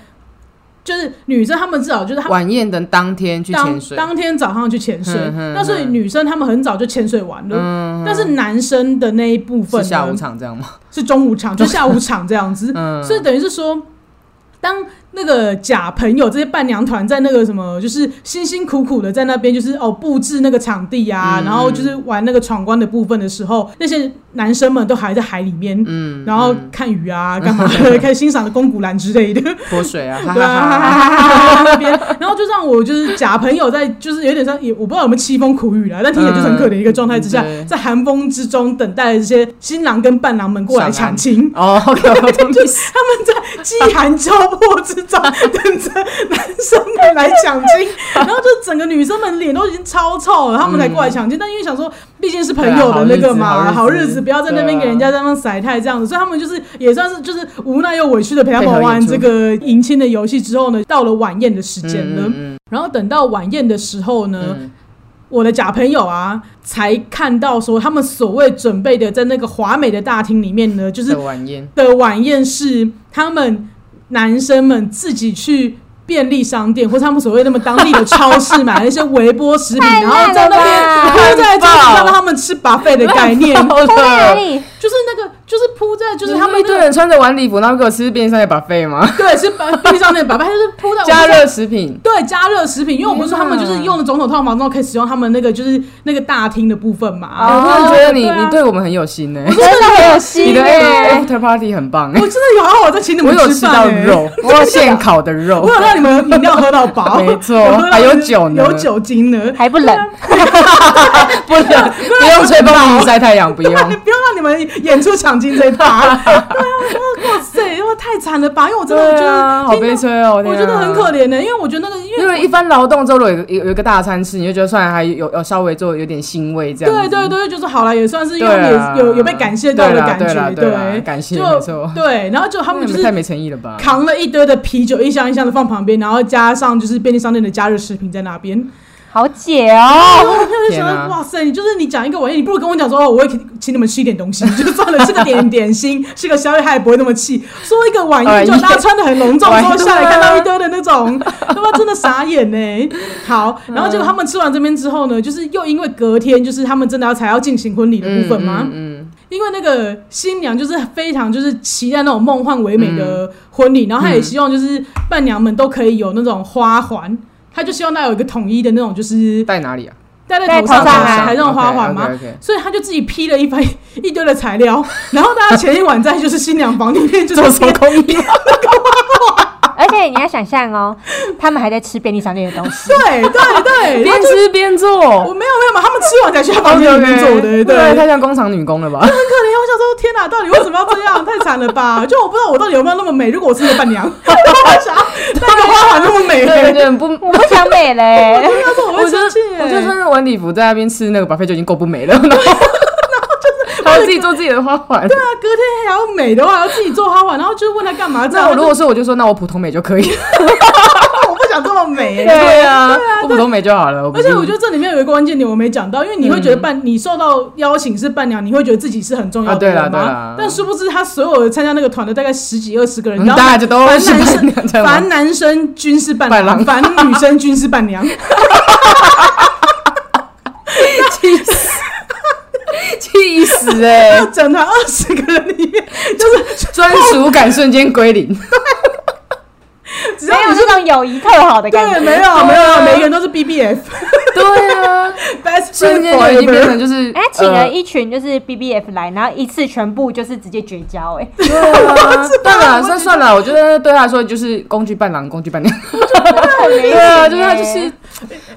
就是女生她们至少就是她们晚宴的当天去当潜水，当天早上去潜水，嗯嗯那所以女生她们很早就潜水完了。嗯，但是男生的那一部分呢是下午场这样吗？是中午场，就下午场这样子。嗯，所以等于是说，当那个假朋友这些伴娘团在那个什么，就是辛辛苦苦的在那边，就是哦布置那个场地啊，嗯然后就是玩那个闯关的部分的时候，那些男生们都还在海里面，嗯，然后看鱼 啊，干嘛的，开始欣赏宫古兰之类的。泼水啊，哈对哈哈。啊，那边，然后就让我就是假朋友在，就是有点像也我不知道有没有凄风苦雨啦，但听起来就是很可怜的一个状态之下，嗯对在寒风之中等待这些新郎跟伴郎们过来上抢岸亲，哦，OK，我懂你意思。饥寒交迫之中，等着男生们来抢 亲，然后就整个女生们脸都已经超臭了，他们才过来抢亲。但因为想说，毕竟是朋友的那个嘛，对啊好好日子日子不要在那边给人家这样晒太这样子，所以他们就是也算是就是无奈又委屈的陪他们玩这个迎亲的游戏之后呢，到了晚宴的时间了。嗯然后等到晚宴的时候呢，嗯我的假朋友啊，才看到说他们所谓准备的在那个华美的大厅里面呢，就是的晚宴，的晚宴是他们男生们自己去便利商店，或是他们所谓那么当地的超市买那些微波食品， 太然后烂在了那边吧铺在桌子上让他们吃 buffet 的概 念，烂爆在哪了。里？就是那个就是铺在就是你他们一堆人穿着晚礼服，然后给我吃便利商店把 费吗？对是把便利商店 buffet 它就是铺在加。热食品，对加热食品，因为我不是说他们天就哪是用的总统套房之后可以使用他们那个就是那个大厅的部分嘛，哎我突然觉得你对啊你对我们很有心呢。 真的很有吸你引的力 after party 很棒哎我，真的有好好在请你我们有吃吃饭到欸肉，我有现烤的肉我。有让你们饮料喝到饱，没错 我喝到还有酒呢有酒精呢。还不冷，不 能，不用吹风机晒太阳，不对用。啊，你啊不要让你们演出抢金这一 趴。对啊，哇塞，哇太惨了吧！因为我真的觉对得、啊，好悲催哦！我觉天得啊很可怜呢、因为我觉得那个，因因为为一番劳动之后，如果有有有一个大餐吃，你就觉得算还有有稍微做有点欣慰这样对子。对对，就是好了，也算是有对啊，也、有有被感谢到的对啦感对啦觉，对啦感谢没就错。对，然后就他们那就你太是。没诚意了吧？扛了一堆的啤酒，一箱一箱的放旁边，然后加上就是便利商店的加热食品在那边。好解哦。 然后我就天想啊说，哇塞，你就是你讲一个晚宴，你不如跟我讲说，哦，我会请请你们吃一点东西， 就算了，吃个点点心，吃个宵夜，他也不会那么气。说一个晚宴，晚就宴大家穿的很隆重，晚之后下来宴看到一堆的那 种，他妈真的傻眼呢。好，嗯然后结果他们吃完这边之后呢，就是又因为隔天就是他们真的要才要进行婚礼的部分吗？嗯，因为那个新娘就是非常就是期待那种梦幻唯美的婚嗯礼，然后她也希望就是伴娘们都可以有那种花环，她就希望大家有一个统一的那种就是戴哪里啊？戴在头上戴头上啊还还用花环吗？ ？OK，所以他就自己批了一番 一堆的材料， 然后大家前一晚在就是新娘房里面就是做手工艺，而且你要想象哦，他们还在吃便利商店的东西，对对 对，然边后吃边就我做。没有没有嘛，他们吃完才去他房间里面做的，对。对，对太像工厂女工了吧？ 很可怜，我想说天哪，到底为什么要这样？太惨了吧！就我不知道我到底有没有那么美。如果我是你的伴娘，我想要那个花环那么美，对对，不，我不想美嘞。要是我啊会 我觉生得气耶。我觉得穿着晚礼服在那边吃那个 buffet 就已经够不美了，然后就是还有自己做自己的花环。对啊，隔天还要美的话，还要自己做花环，然后就问他干嘛？这 那样 我如果是我就说，那我普通美就可以。我不想讲这么美、欸，对啊，我普通美就好了。而且我觉得这里面有一个关键点我没讲到，因为你会觉得伴、你受到邀请是伴娘，你会觉得自己是很重要啊的对人啦嘛。对啦但殊不知他所有的参加那个团的大概十几二十个人，嗯然后大家就都凡是男伴生 娘这样吗凡男生均是伴伴郎郎，凡女生均是伴娘。气死哎、整团二十个人里面，就是 专属感瞬间归 零。只没要有你是那种友谊特好的感对，觉，没有没有，每个人都是 B B F 对啊， best friend 瞬间就已经变 forever。成就是 哎，请了呃一群就是 B B F 来，然后一次全部就是直接绝交、哎， 对啊，算了，算算了，我觉得对他来说就是工具伴郎、工具伴娘。对哎对啊，就是他就是，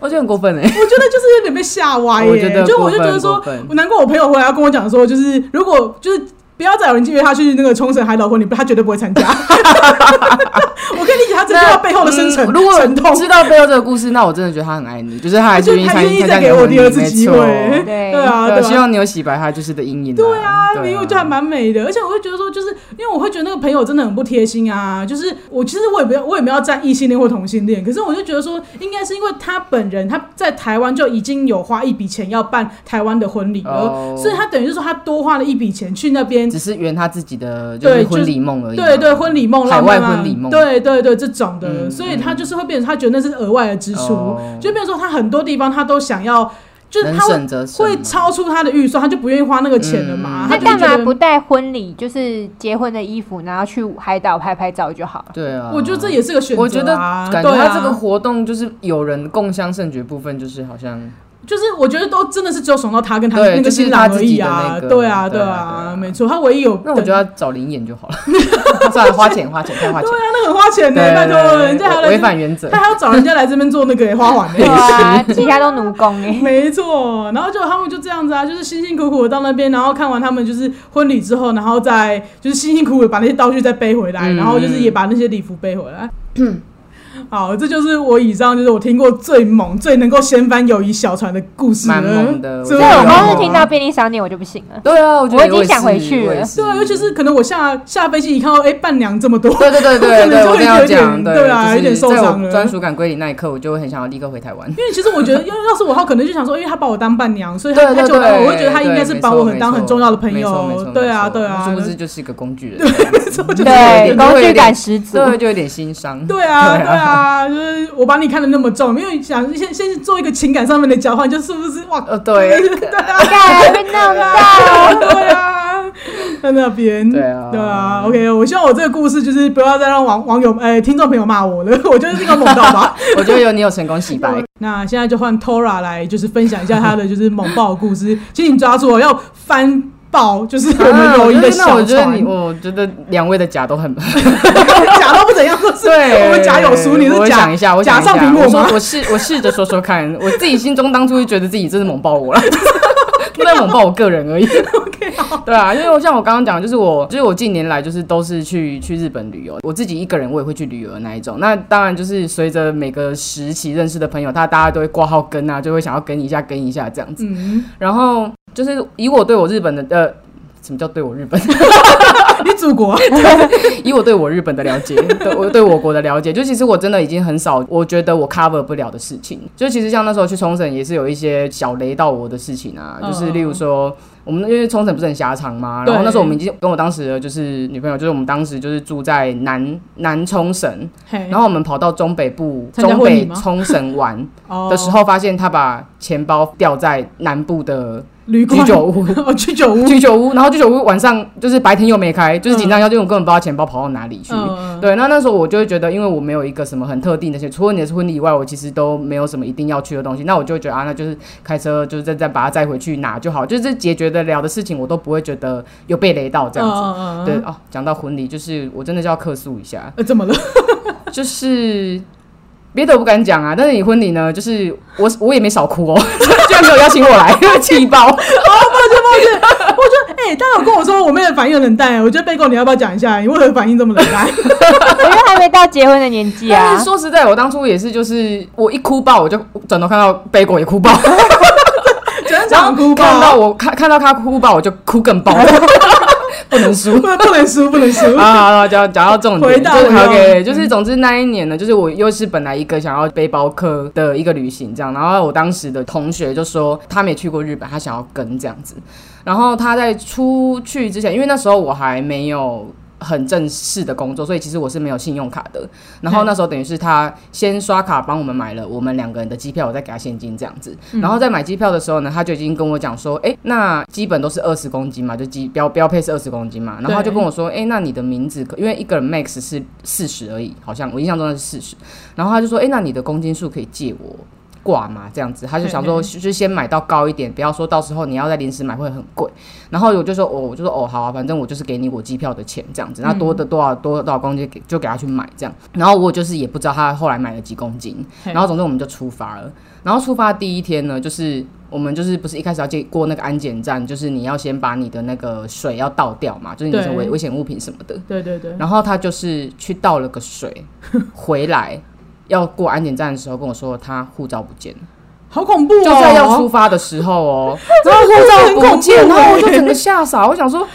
我觉得很 过分哎、我觉得就是有点被吓歪我觉耶、得就我过就分觉得说过分，我难怪我朋友回来要跟我讲说，就是如果就是不要再有人约他去那个冲绳海岛婚礼，他绝对不会参 加。我可以理解他这句话背后的深沉、嗯如果沉痛，知道背后这个故事，那我真的觉得他很爱你，就是他还是就愿意他参愿意参加再你给的我婚礼第二次机会没对错。。对啊，对，对希啊。望你有洗白他就是的阴影啦。对啊，对因为我觉得还蛮美的，而且我会觉得说，就是因为我会觉得那个朋友真的很不贴心啊。就是我其实我也不要，我也没有要站异性恋或同性恋，可是我就觉得说，应该是因为他本人他在台湾就已经有花一笔钱要办台湾的婚礼了哦所以他等于是说他多花了一笔钱去那边只。是圆他自己的就是对就婚礼梦而已嘛。对对，婚礼梦，海外浪漫啊婚礼梦对对对，这种的，嗯所以他就是会变成他觉得那是额外的支出，哦就变成说他很多地方他都想要，就是能他会省则省啊会嘛超出他的预算，他就不愿意花那个钱了嘛。嗯他那就会干觉得嘛不带婚礼，就是结婚的衣服，然后去海岛拍拍照就好了？对啊，我觉得这也是个选择、啊，我觉得感觉对他啊，这个活动就是有人共襄盛举的部分，就是好像就是我觉得都真的是只有爽到他跟他对那就个是新郎他而自己已的啊，那个对啊，对啊对啊啊，没错，他唯一有那我觉得要找灵眼就好了， 算了，花钱花钱太花钱 对，啊，那个很花钱的、对拜托，对人家还要对来违反 原则他，还要找人家来这边做那个、花环的、对啊，其他都奴工 哎、 没错，然后就他们就这样子啊，就是辛辛苦苦的到那边，然后看完他们就是婚礼之后，然后再就是辛辛苦苦地把那些道具再背回来，嗯然后就是也把那些礼服背回来。 好，这就是我以上就是我听过最猛、最能够掀翻友谊小船的故事了。蛮猛的真这我觉得我蛮光猛是的听到便利商店我就不行了。对啊，我觉得我已经也是想回去了我也是对啊，尤其是可能我下下飞机一看到，哎、伴娘这么多，对对对 我对可能对，就我会这样有点讲，对啊有就点是受在伤我了专属感归零那一刻，我就会很想要立刻回台湾。因为其实我觉得，要要是我的话，可能就想说，因为他把我当伴娘，所以对他对他就对，我会觉得他应该是对把我很当很重要的朋没错没友错。对啊，没错对啊，殊不知 就是一个工具人，没错，就对，就工会有具点感十足。 对，就有点心伤。对啊，对，啊，就是我把你看得那么重，因为想先先做一个情感上面的交换，就是不是哇？ 呃，对，干被弄到。对啊，在那边，对啊对啊。OK，我希望我这个故事就是不要再让网网友哎、听众朋友骂我了， 我就是这个猛到 吧。我觉得有你有成功洗白，那现在就换 Tora 来，就是分享一下他的就是猛爆故事，请你抓住我要翻爆，就是 我们友谊的啊小我觉得那船，我觉得你，我觉得两位的假都很。 假都不怎样，是对，我们假有熟，你我是会假想一下，我假想一下上苹果我吗说？我试我试着说说看，我自己心中当初就觉得自己真是猛爆我了， 不在猛爆我个人 而已。 对啊，因为我像我刚刚讲，就是我就是我近年来就是都是去去日本旅游，我自己一个人我也会去旅游的那一种。那当然就是随着每个时期认识的朋友，他大家都会挂号跟啊，就会想要跟一下跟一下这样子。嗯，然后就是以我对我日本的呃。什么叫对我日本？你祖 国，以我对我日本的了解， 对我对我国的了解，就其实我真的已经很少，我觉得我 cover 不了的事情。就其实像那时候去冲绳，也是有一些小雷到我的事情啊，嗯就是例如说。我们因为冲绳不是很狭长嘛，对然后那时候我们已经跟我当时的就是女朋友，就是我们当时就是住在南南冲绳，然然后我们跑到中北部参加中婚礼北吗冲绳玩 哦的时候，发现她把钱包掉在南部的旅馆居酒屋， 哦，居酒屋，居酒屋，然后居酒屋晚上就是白天又没开，就是紧张要求，因为我根本不知道钱包跑到哪里去。嗯，对，那那时候我就会觉得，因为我没有一个什么很特定的些，除了你的婚礼以外，我其实都没有什么一定要去的东西。那我就会觉得啊，那就是开车，就是再再把它载回去拿就好，就是这解决得了的事情，我都不会觉得有被雷到这样子子。对哦，讲到婚礼，就是我真的是要客诉一下，嗯呃，怎么了？就是别的我不敢讲啊，但是你婚礼呢，就是我我也没少哭哦， 居然没有邀请我来， 气爆。我觉得，哎、大家有跟我说我妹的反应很冷淡、哎我觉得贝哥，你要不要讲一下，你为何反应这么冷 淡？我就还没到结婚的年纪但 啊是。说实在，我当初也是，就是我一哭爆，我就转头看到贝果也哭爆，真的哭看到吧？我看看到他哭爆，我就哭更爆。 不 能输。不能不能输，不能输。啊，好了，讲讲到重回点，到就是回到 OK，就是总之那一年呢，就是我又是本来一个想要背包客的一个旅行这样，然后我当时的同学就说他没去过日本，他想要跟这样子，然后他在出去之前，因为那时候我还没有。很正式的工作，所以其实我是没有信用卡的。然后那时候等于是他先刷卡帮我们买了我们两个人的机票，我再给他现金这样子。然后在买机票的时候呢，他就已经跟我讲说，哎、那基本都是二十公斤嘛，就基标标配是二十公斤嘛。然后他就对跟我说，哎、那你的名字可，因为一个人 max 是四十而已，好像我印象中是四十。然后他就说，哎、那你的公斤数可以借我。挂嘛，这样子，他就想说，嘿就先买到高一点，不要说到时候你要再临时买会很贵。然后我就说，哦，我就说哦，好啊，反正我就是给你我机票的钱这样子，那多的多少多多少公斤给就给他去买这样。然后我就是也不知道他后来买了几公斤，嘿然后总之我们就出发了。然后出发第一天呢，就是我们就是不是一开始要经过那个安检站，就是你要先把你的那个水要倒掉嘛，就是你的对危危险物品什么的。对对对，然后他就是去倒了个水，回来要过安检站的时候跟我说他护照不见 了。好恐怖就在要哦！出发的时候哦，这然后真的护很照恐 不见，怖然后我欸就 整个吓傻，我想说，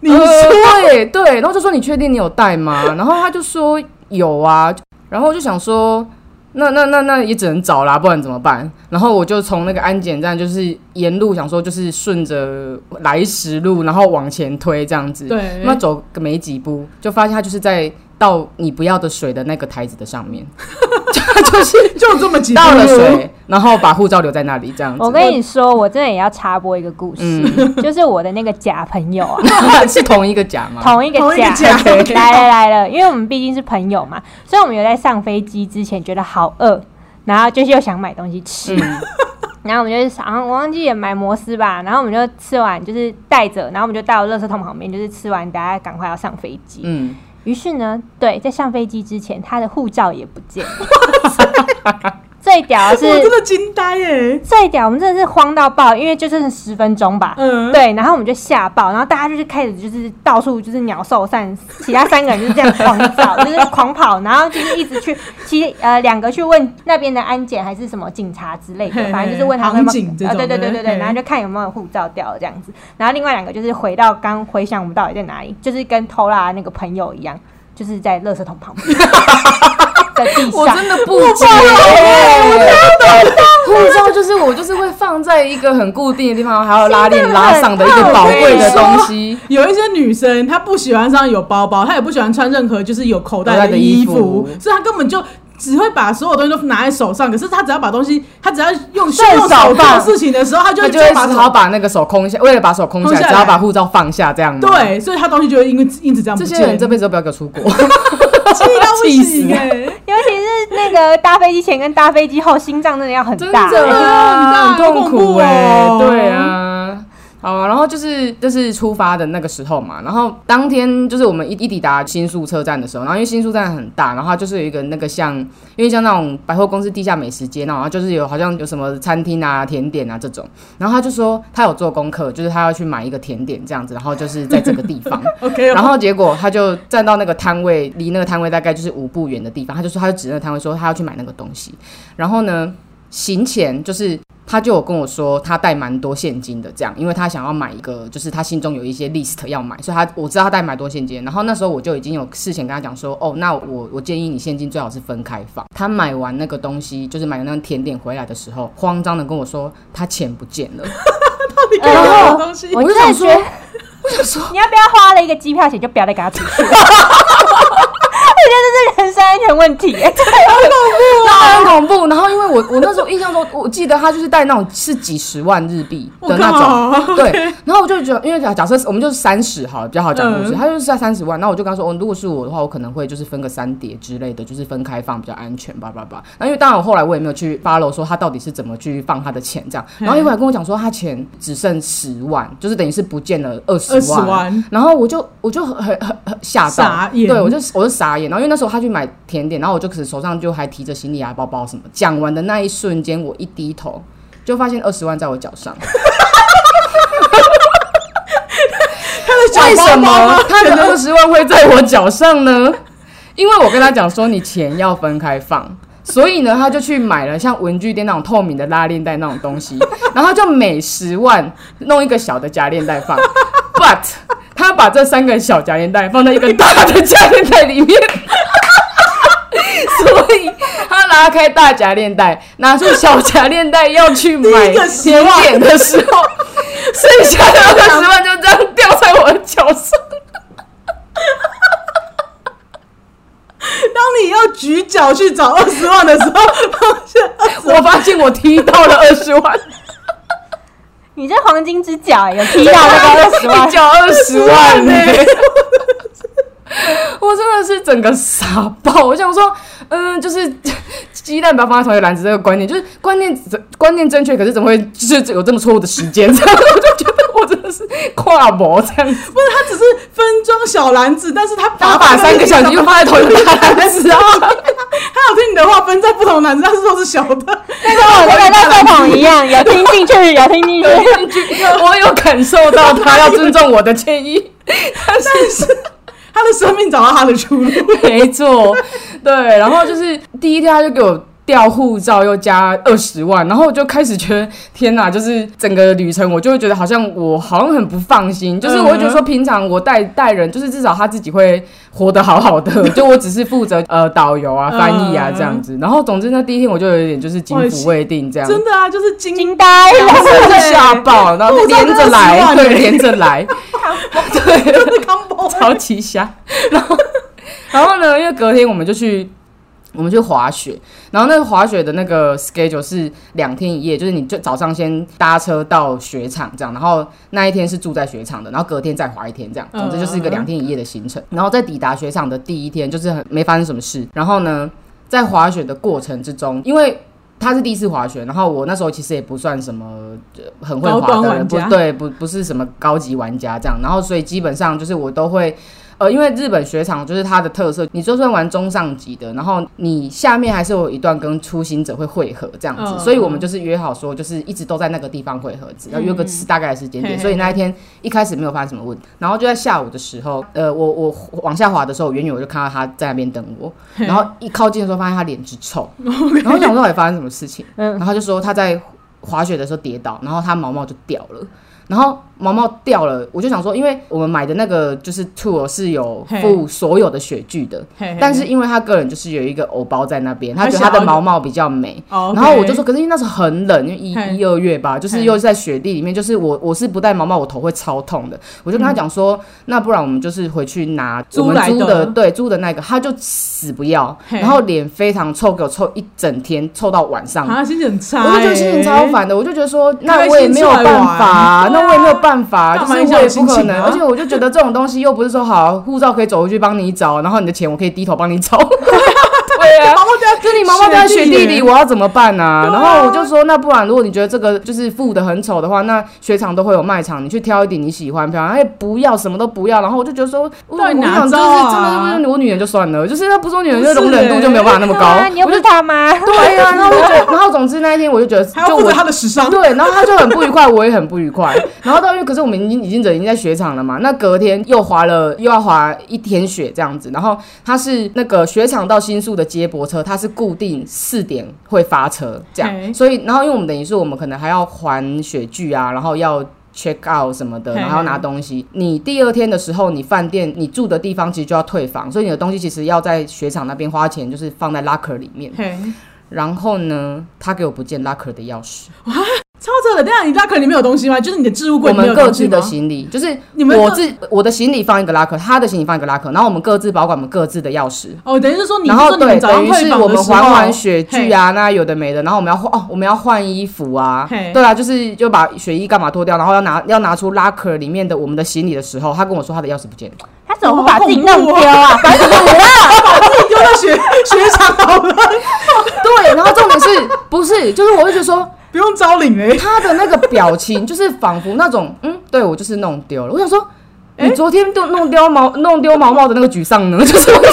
你呃说对对，然后就说你确定你有带吗？ 然后他就说有啊，然后我就想说。那那那那也只能找啦，不然怎么办？然后我就从那个安检站，就是沿路想说，就是顺着来时路，然后往前推这样子。对那走个没几步，就发现他就是在倒你不要的水的那个台子的上面， 就这么几倒了步路 水，然后把护照留在那里这样子。嗯我跟你说，我真的也要插播一个故事，嗯 就是我的那个假朋友啊， 是同一个甲吗？同一个同一个假，假对来了来了，因为我们毕竟是朋友嘛，所以我们有在上飞机之前觉得好饿，然后就是又想买东西吃，嗯 然后我们就是想，啊我忘记也买摩斯吧，然后我们就吃完就是带着，然后我们就到垃圾桶旁边，就是吃完大家赶快要上飞机。嗯，于是呢，对，在上飞机之前，他的护照也不见了。 最屌的我真是，的惊呆耶！最屌，我们真的是慌到爆，因为就剩十分钟吧。嗯，对，然后我们就吓爆，然后大家就是开始就是到处就是鸟兽散，其他三个人就是这样狂找，就是狂跑，然后就是一直 去，其实呃两个去问那边的安检还是什么警察之类的嘿，嘿反正就是问他们有航警没这有，种呃对对对的对对，嘿然后就看有没有护照掉了这样子，然后另外两个就是回到刚回想我们到底在哪里，就是跟偷拉那个朋友一样，就是在垃圾桶旁 边的地我上。真的不哎解，护照就是我就是会放在一个很固定的地方，还有拉链拉上的一个宝贵的东西。 有一些女生，她不喜欢上有包包，她也不喜欢穿任何就是有口口袋袋的的衣衣服服，所以她根本就只会把所有东西都拿在手上。可是她只要把东西，她只要用用顺手手做放事情的时候，她就他会就就会会只把手好把那个手空下，为了把手空下空下来，来只好把护照放下这样吗？，对，所以她东西就会因为因此这样这不些人见。这辈子都不要给我出国。 气到不气死行哎！尤其是那个搭飞机前跟搭飞机后，心脏真的要很真的大。啊，很大很痛苦哎、好恐怖哦对啊。好啊，然后就是就是出发的那个时候嘛，然后当天就是我们一一抵达新宿车站的时候，然后因为新宿站很大，然后它就是有一个那个像，因为像那种百货公司地下美食街那种，然后就是有好像有什么餐厅啊、甜点啊这种，然后他就说他有做功课，就是他要去买一个甜点这样子，然后就是在这个地方， OK，然后结果他就站到那个摊位，离那个摊位大概就是五步远的地方，他就说他就指那个摊位说他要去买那个东西。然后呢，行前就是他就有跟我说他带蛮多现金的，这样，因为他想要买一个，就是他心中有一些 list 要买，所以他我知道他带蛮多现金。然后那时候我就已经有事前跟他讲说，哦，那我我建议你现金最好是分开放。他买完那个东西，就是买那个甜点回来的时候，慌张的跟我说他钱不见了。到底给了什么东西？呃我我就真想的说觉得，你要不要花了一个机票钱就不要再跟他出去？我觉得这是人身安全问题、 欸，那很恐怖。然后因为我我那时候印象中，我记得他就是带那种是几十万日币的那种。种对，然后我就觉得，因为假假设我们就是三十好了，比较好讲故事，嗯他就是在三十万，那我就跟他说，哦，如果是我的话，我可能会就是分个三叠之类的，就是分开放比较安全，叭叭叭。那因为当然我后来我也没有去 follow 说他到底是怎么去放他的钱这样，然后因为还跟我讲说他钱只剩十万，就是等于是不见了二十二十万，然后我就我就很很很很吓到，傻眼对我就我就傻眼。然后因为那时候他去买甜点，然后我就可是手上就还提着行李啊、包包什么。讲完的那一瞬间，我一低头就发现二十万在我脚上。他的小为包什包么吗他的二十万会在我脚上呢？因为我跟他讲说，你钱要分开放。所以呢，他就去买了像文具店那种透明的拉链袋那种东西， 然后就每十万弄一个小的夹链袋放。But 他把这三个小夹链袋放在一个大的夹链袋里面， 所以他拉开大夹链袋，拿出小夹链袋要去买第一个十甜万点的时候，剩下的那个十万就这样掉在我的脚上。当你要举脚去找二十万的时候，发现二十我发现我踢到了二十万，你这黄金之脚有踢到那 个二十万一，脚二十万呢、 20万 我真的是整个傻爆！我想说，嗯，就是鸡蛋不要放在同一个篮子这个观念，就是观念观念正确，可是怎么会就是有这么错误的时间？ 这样我就觉得我真的是跨模这样子，不是他只是分装小篮子，但是他打把三个小时又放在同一个篮子 啊！他有听你的话，分在不同篮子，但是都是小的。那跟我那个垃圾桶一样，有听进去，有听进去。我有感受到他要尊重我的建议，但是。他的生命找到他的出路， 没错，对。然后就是第一天他就给我调护照，又加二十万，然后我就开始觉得天哪，就是整个旅程我就会觉得好像我好像很不放心，就是嗯我会觉得说平常我带带人，就是至少他自己会活得好好的，就我只是负责呃导游啊、翻译啊嗯这样子。然后总之呢，第一天我就有点就是紧哇缚未定这样子。真的啊，就是惊惊呆了，真的吓爆，然后护照连着20来，万对，耶连着来， 对，真的 combo， 超级瞎。然后，然后呢，因为隔天我们就去。我们去滑雪，然后那个滑雪的那个 schedule 是两天一夜，就是你就早上先搭车到雪场这样，然后那一天是住在雪场的，然后隔天再滑一天这样，嗯总之就是一个两天一夜的行程。然后在抵达雪场的第一天，就是很没发生什么事。然后呢，在滑雪的过程之中，因为他是第一次滑雪，然后我那时候其实也不算什么呃很会高滑端的人，玩不家对，不不是什么高级玩家这样，然后所以基本上就是我都会。呃，因为日本雪场就是它的特色，你就算玩中上级的，然后你下面还是有一段跟初心者会汇合这样子，嗯所以我们就是约好说，就是一直都在那个地方汇合，只要约个次大概的时间点，嘿嘿所以那一天一开始没有发生什么问题，然后就在下午的时候，呃，我我往下滑的时候，远远我就看到他在那边等我，然后一靠近的时候发现他脸之臭，然后想说到底发生什么事情，嗯然后他就说他在滑雪的时候跌倒，然后他毛毛就掉了。然后毛毛掉了，我就想说，因为我们买的那个就是 tour 是有嘿附所有的雪具的，但是因为他个人就是有一个偶包在那边，他觉得他的毛毛比较美，哦，然后我就说，可是因为那时候很冷，因为一嘿一二月吧，就是嘿又是在雪地里面，就是我我是不戴毛毛，我头会超痛的。我就跟他讲说，那不然我们就是回去拿嗯租我们来租的的，对租的那个，他就死不要，嘿然后脸非常臭，给我臭一整天，臭到晚上。啊，心情很差欸，我就觉得心情超烦的，我就觉得说，那我也没有开心出来办法啊，玩那我也没有办法啊，干就嘛是影响我也不心可情能，啊而且我就觉得这种东西又不是说好啊护照可以走回去帮你找，然后你的钱我可以低头帮你找， 对啊，毛毛掉，就你毛毛掉在雪地里，我要怎么办呢、啊？对然啊后我就说，那不然如果你觉得这个就是附的很丑的话，那雪场都会有卖场，你去挑一点你喜欢漂亮，哎，不要什么都不要。然后我就觉得说，我到底我哪想就招啊是真的就是我女人就算了，就是她不是我女人，就不是容忍度就没有办法那么高。啊你又不是他妈，对呀、啊，然后我就觉得，然后总之那一天我就觉得，还要就负我责他的时尚，对，然后他就很不愉快，我也很不愉快。然后到因为可是我们已经已经人已经在雪场了嘛，那隔天又滑了又要滑一天雪这样子。然后他是那个雪场到新宿的接驳车，它是固定四点会发车这样，嘿所以然后因为我们等于是我们可能还要还雪具啊，然后要。check out 什么的，嘿然后拿东西。你第二天的时候，你饭店你住的地方其实就要退房，所以你的东西其实要在雪场那边花钱，就是放在 locker 里面。嘿，然后呢，他给我不见 locker 的钥匙。超扯的。等一下你拉克里面有东西吗？就是你的置物柜我里面们有各东西自吗的行李，就是你们我各自我的行李放一个拉克，他的行李放一个拉克，然后我们各自保管我们各自的钥匙。哦，等于是说你然是后说你对，们早等上于是退房我的们时还完候，雪具啊，那有的没的，然后我们要换哦，我们要换衣服啊嘿，对啊，就是就把雪衣干嘛脱掉，然后要拿要拿出拉克里面的我们的行李的时候，他跟我说他的钥匙不见了， 他怎么不把自己弄丢啊？把自己 自己丢到雪雪场好了， 对，然后重点是不是就是我会觉得说不用招领欸嘞。他的那个表情就是仿佛那种嗯，对我就是弄丢了，我想说。你昨天就弄丢毛弄 丢毛毛的那个沮丧呢？就是我想说， 我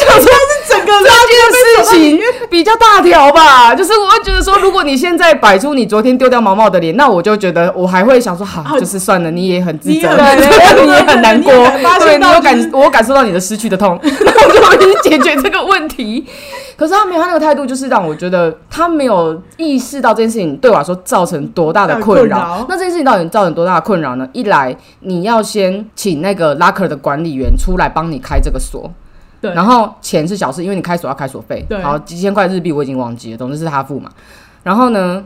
想说，是整个拉这件事情。比较大条吧，就是我会觉得说，如果你现在摆出你昨天丢掉毛毛的脸，那我就觉得我还会想说，好，就是算了，你也很自责，哦你也很对 你也很难过你也，发对现你到有就是感，我感受到你的失去的痛， 那我就会去解决这个问题。可是他没有，他那个态度就是让我觉得他没有意识到这件事情对我来说造成多大的困到底呃困扰扰。那这件事情到底造成多大的困扰呢？一来你要先请那个拉客的管理员出来帮你开这个锁，对然后钱是小事，因为你开锁要开锁费，对好几千块日币我已经忘记了，总之是他付嘛。然后呢，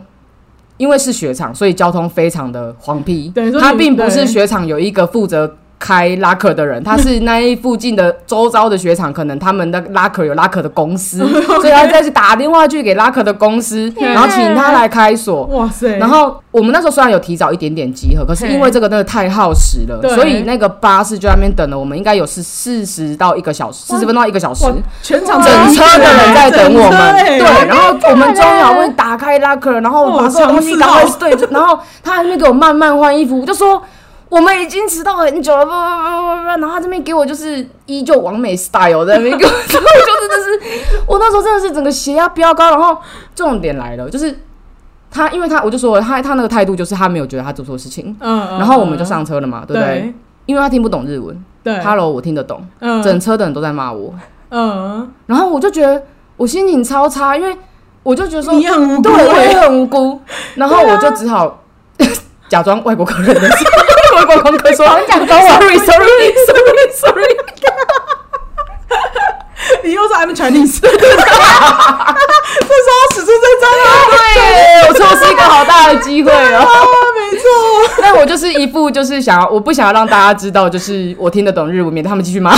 因为是雪场，所以交通非常的黄皮等于，说他你并不对是雪场有一个负责。开拉客的人，他是那一附近的周遭的雪场，可能他们的拉客有拉客的 公司，所以他再去打电话去给拉客的公司，哪然后请他来开锁。哇塞！然后我们那时候虽然有提早一点点集合，可是因为这个真的太耗时了对，所以那个巴士就在那边等了我们，应该有四四十到一个小时，四十分钟到一个小时哇。，全场整车的人在等我们，整车欸对，然后我们终于好不容易打开拉克，然后把所有东西赶快哦强对，就然后他还没给我慢慢换衣服，我就说我们已经迟到很久了，不不不不不，然后他这边给我就是依旧完美 style 在那边给我，我就真的是，我那时候真的是整个血压飙高，然后重点来了，就是他，因为他我就说了他他那个态度就是他没有觉得他做错事情，嗯，嗯然后我们就上车了嘛，对不对？对因为他听不懂日文对， ，Hello，我听得懂，嗯整车的人都在骂我。嗯，然后我就觉得我心情超差，因为我就觉得说，你很啊无辜对，我欸也很无辜。然后我就只好、假装外国客人的时候， 外国观客说，讲中文 sorry sorry sorry sorry，你又是 I'm Chinese，这时候使出这 招啊！对，我错失一个好大的机会哦。 啊，没错，但我就是一副就是想要，我不想要让大家知道，就是我听得懂日文，免得他们继续骂。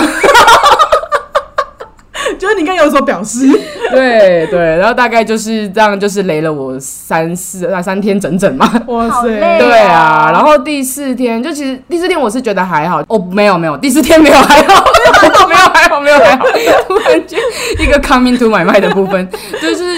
就是你应该有所表示。对对，然后大概就是这样，就是雷了我三四啊三天整整嘛。哇好塞，累对啊啊，然后第四天就其实第四天我是觉得还好哦，没有没有，第四天没有还好， 没有还好没有还好，突然间一个 coming to my mind 的部分就是。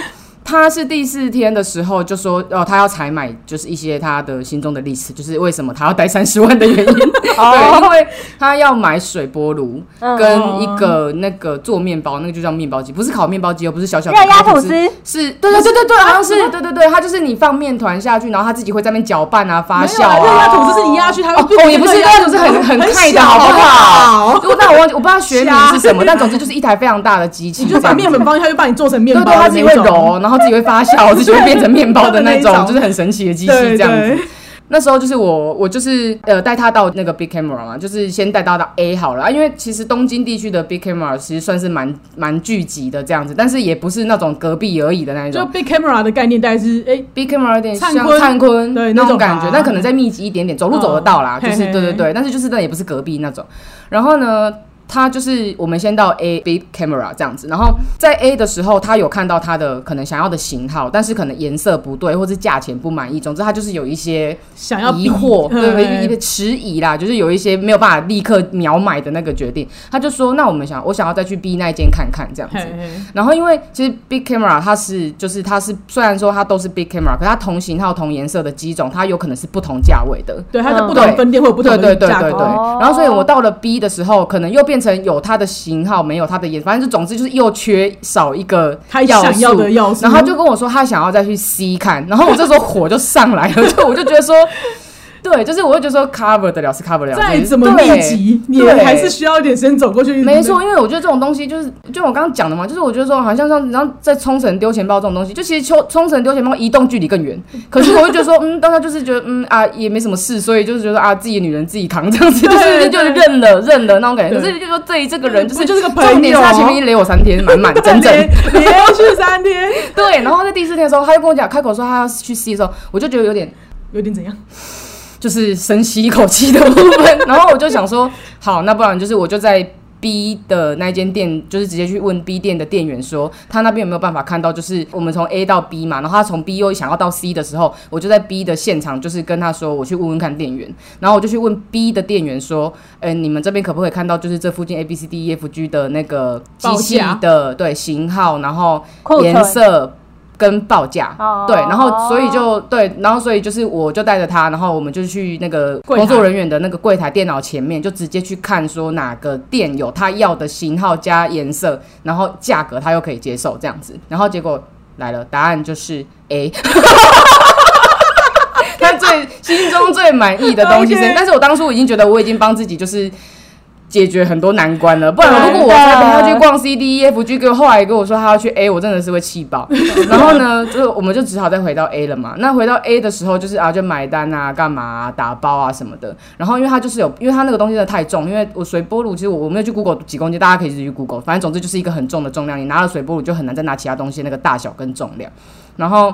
他是第四天的时候就说，哦，他要采买，就是一些他的心中的历史，就是为什么他要带三十万的原 因。对，因为他要买水波炉哦嗯跟一个那个做面包，那个就叫面包机，不是烤面包机，又不是小小的热压烤吐司司，是对对对对对，好像是对对对，它就是你放面团下去，然后它自己会在那边搅拌啊、发酵没有啦啊。热压桶就是你压下去，它哦会，哦也不是，变那成种是很很很快的，小啊好不好好？如果那我忘记，我不知道学名瞎是什么，但总之就是一台非常大的机器你这就样子，把面粉放下去，把你做成面对包对，它的自那己会种。揉，然后自己会 发酵，自己会变成面包的那那种，种就是很神奇的机器对这样子对。，那时候就是我，我就是呃带他到那个 Big Camera 嘛，就是先带他到 A 好了啊，因为其实东京地区的 Big Camera 其实算是蛮蛮聚集的这样子，但是也不是那种隔壁而已的那一就种。 big camera 的概念大概是，哎， Big Camera 有点像灿坤灿坤对那那种种感觉吧，但可能再密集一点点，走路走得到啦，嗯就是嘿嘿对对对，但是就是那也不是隔壁那种。然后呢，他就是我们先到 A Big Camera 这样子，然后在 A 的时候，他有看到他的可能想要的型号，但是可能颜色不对，或是价钱不满意，总之他就是有一些想要 疑惑，比对嗯不对？一个迟疑啦，就是有一些没有办法立刻秒买的那个决定，他就说：“那我们想，我想要再去 B 那一间看看这样子。嘿嘿”然后因为其实 Big Camera 它是就是它是虽然说它都是 Big Camera，可它同型号同颜色的机种，它有可能是不同价位的。对，它的嗯不同对分店会有不同对的对对价对对，格。哦然后所以我到了 B 的时候，可能又变成有它的型号，没有它的颜，反正就总之就是又缺少一个他要想要素的要素，然后他就跟我说他想要再去 C 看，然后我这时候火就上来了，就我就觉得说，对，就是我会觉得说 cover 得了是 cover 得了，再就是怎么密。集，你对还是需要一点时间走过去。对没错，因为我觉得这种东西就是，就我刚刚讲的嘛，就是我觉得说，好像像然后在冲绳丢钱包这种东西，就其实冲冲绳丢钱包移动距离更 远，可是我就觉得说，嗯，当时就是觉得，嗯啊，也没什么事，所以就是觉得啊，自己的女人自己扛这样子，就对是就是认了认了那种感觉。对可是就说这这个人就是不就是个朋友重点是他前面一雷我三 天，满满整整连连续三天，对，然后在第四天的时候，他就跟我讲，开口说他要去 C 的时候，我就觉得有点有点怎 样？就是深吸一口气的部分，然后我就想说，好，那不然就是我就在 B 的那间店，就是直接去问 B 店的店员说，他那边有没有办法看到，就是我们从 A 到 B 嘛，然后他从 B 又想要到 C 的时候，我就在 B 的现场，就是跟他说，我去问问看店员，然后我就去问 B 的店员说，嗯、你们这边可不可以看到，就是这附近 A B C D E F G 的那个机器报价的对型号，然后库颜存色。跟报价。哦对，然后所以就哦对，然后所以就是我就带着他，然后我们就去那个柜工作台人员的那个柜台电脑前面，就直接去看说哪个店有他要的型号加颜色，然后价格他又可以接受这样子。然后结果来了，答案就是 A。他最心中最满意的东西是 OK 但是我当初已经觉得我已经帮自己就是解决很多难关了，不然如果我真再的陪他去逛 C D E F G，给我后来跟我说他要去 A，我真的是会气爆。然后呢，就我们就只好再回到 A 了嘛。那回到 A 的时候，就是啊，就买单啊，干嘛啊、打包啊什么的。然后因为他就是有，因为他那个东西真的太重，因为我水波炉其实我我没有去 Google 几公斤，大家可以自己去 Google，反正总之就是一个很重的重量，你拿了水波炉就很难再拿其他东西的那个大小跟重量。然后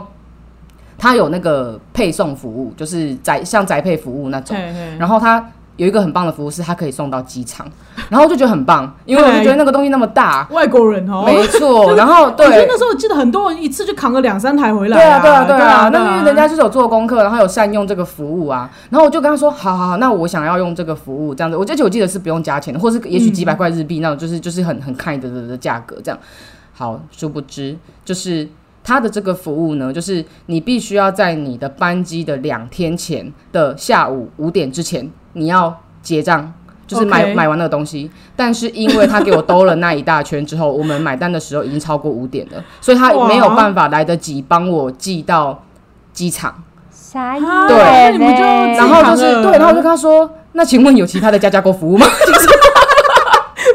它有那个配送服务，就是宅像宅配服务那种。嘿嘿然后它有一个很棒的服务是它可以送到机场，然后我就觉得很棒，因为我就觉得那个东西那么大，外国人哦，没错。然后 我觉得对那。时候我记得很多人一次就扛个两三台回来、对啊，啊，对啊，对对啊，那因为人家就是有做功课，然后有善用这个服务啊，然后我就跟他说，好好好，那我想要用这个服务，这样子，我而且我记得是不用加钱的，或是也许嗯几百块日币那种，就是就是很很 kind 的的价格这样。好，殊不知就是它的这个服务呢，就是你必须要在你的班机的两天前的下午五点之前，你要结账。就是买 OK 买完那个东西，但是因为他给我兜了那一大圈之后，我们买单的时候已经超过五点了，所以他哇没有办法来得及帮我寄到机场。傻眼啊那欸，你们就自己然后就是扛了对，然后我就跟他说：“那请问有其他的家家购 服务吗？”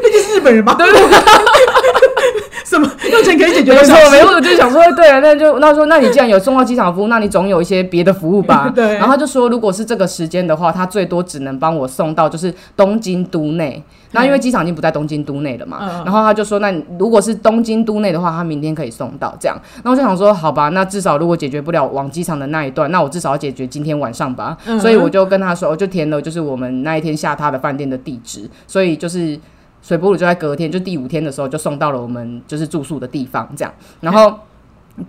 毕竟是日本 人嘛，对不对？ 什么用钱可以解决没的错小事？，？没错，我就想说，对啊，那就那说，那你既然有送到机场服务，那你总有一些别的服务吧 对然后他就说，如果是这个时间的话，他最多只能帮我送到就是东京都内。那因为机场已经不在东京都内了嘛，嗯嗯嗯然后他就说，那你如果是东京都内的话，他明天可以送到这样。那我就想说，好吧，那至少如果解决不了往机场的那一段，那我至少要解决今天晚上吧。嗯所以我就跟他说，我就填了就是我们那一天下榻的饭店的地址，所以就是。水波炉就在隔天，就第五天的时候就送到了我们就是住宿的地方，这样。然后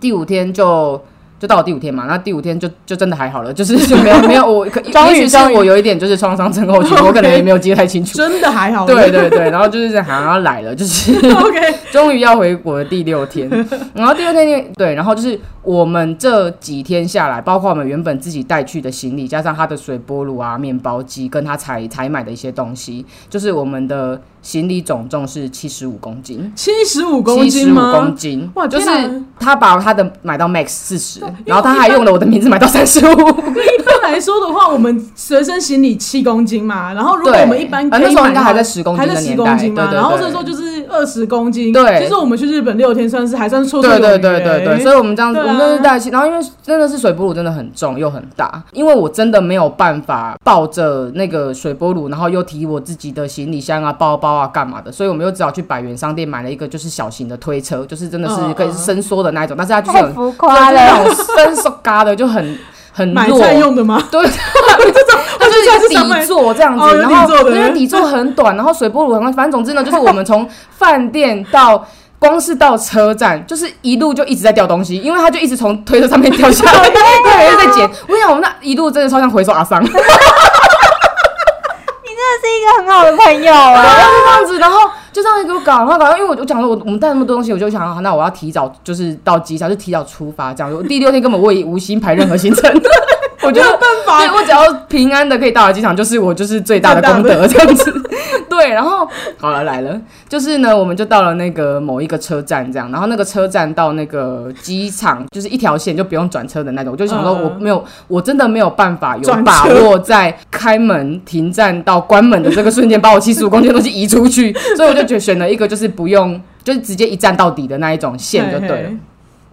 第五天就就到了第五天嘛，然后第五天就就真的还好了，就是就没有没有我可， 终于也许是终于我有一点就是创伤症候群，我可能也没有记得太清 楚。真的还好，对对对，然后就是这样然后来了，就是 ，OK， 终于要回国的第 六天，然后第六天对，然后就是我们这几天下来，包括我们原本自己带去的行李，加上他的水波炉啊、面包机，跟他采采买的一些东西，就是我们的行李总重是七十五公斤。七十五公七十斤五吗？公斤，哇就是天哪他把他的买到 max 四十对，然后他还用了我的名字买到三十五。一般来说的话，我们随身行李七公斤嘛，然后如果对我们一般可以啊那时候买应该到还在10公斤还的在十年代公斤嘛，对对对然后所以说就是二十公斤。对其实我们去日本六天算是还算绰绰有对余。对对对对，所以我们这样子，对啊我们都是带去，然后因为真的是水波炉真的很重又很大，因为我真的没有办法抱着那个水波炉，然后又提我自己的行李箱啊、包包啊干嘛的，所以我们又只好去百元商店买了一个就是小型的推车，就是真的嗯嗯是嗯可以伸缩的那一种，但是它就是太很浮夸了，就是那种伸缩嘎的，就很很买弱。菜用的 吗？对，这种 它我就是觉得一是上个面底座这样子，哦有然底座后的因为底座很短，然后水波炉很快，反正总之呢，就是我们从饭店到。光是到车站，就是一路就一直在掉东西，因为他就一直从推车上面掉下来，啊 对，一直在捡。我跟你讲，我们那一路真的超像回收阿桑，你真的是一个很好的朋友 啊。然后就这样子，然后就这样子给我搞，然后搞到，因为我我讲了，我我们带那么多东西，我就想，啊那我要提早就是到机场，就提早出发，这样。我第六天根本我也无心排任何行程， 我没觉有得办法对我只要平安的可以到达机场，就是我就是最大的功德 这样子。对，然后好了来了，就是呢，我们就到了那个某一个车站这样，然后那个车站到那个机场就是一条线就不用转车的那种，我就想说嗯我没有，我真的没有办法有转车把握在开门停站到关门的这个瞬间把我七十五公斤的东西移出去，所以我就觉选了一个就是不用。就是直接一站到底的那一种线就对了，嘿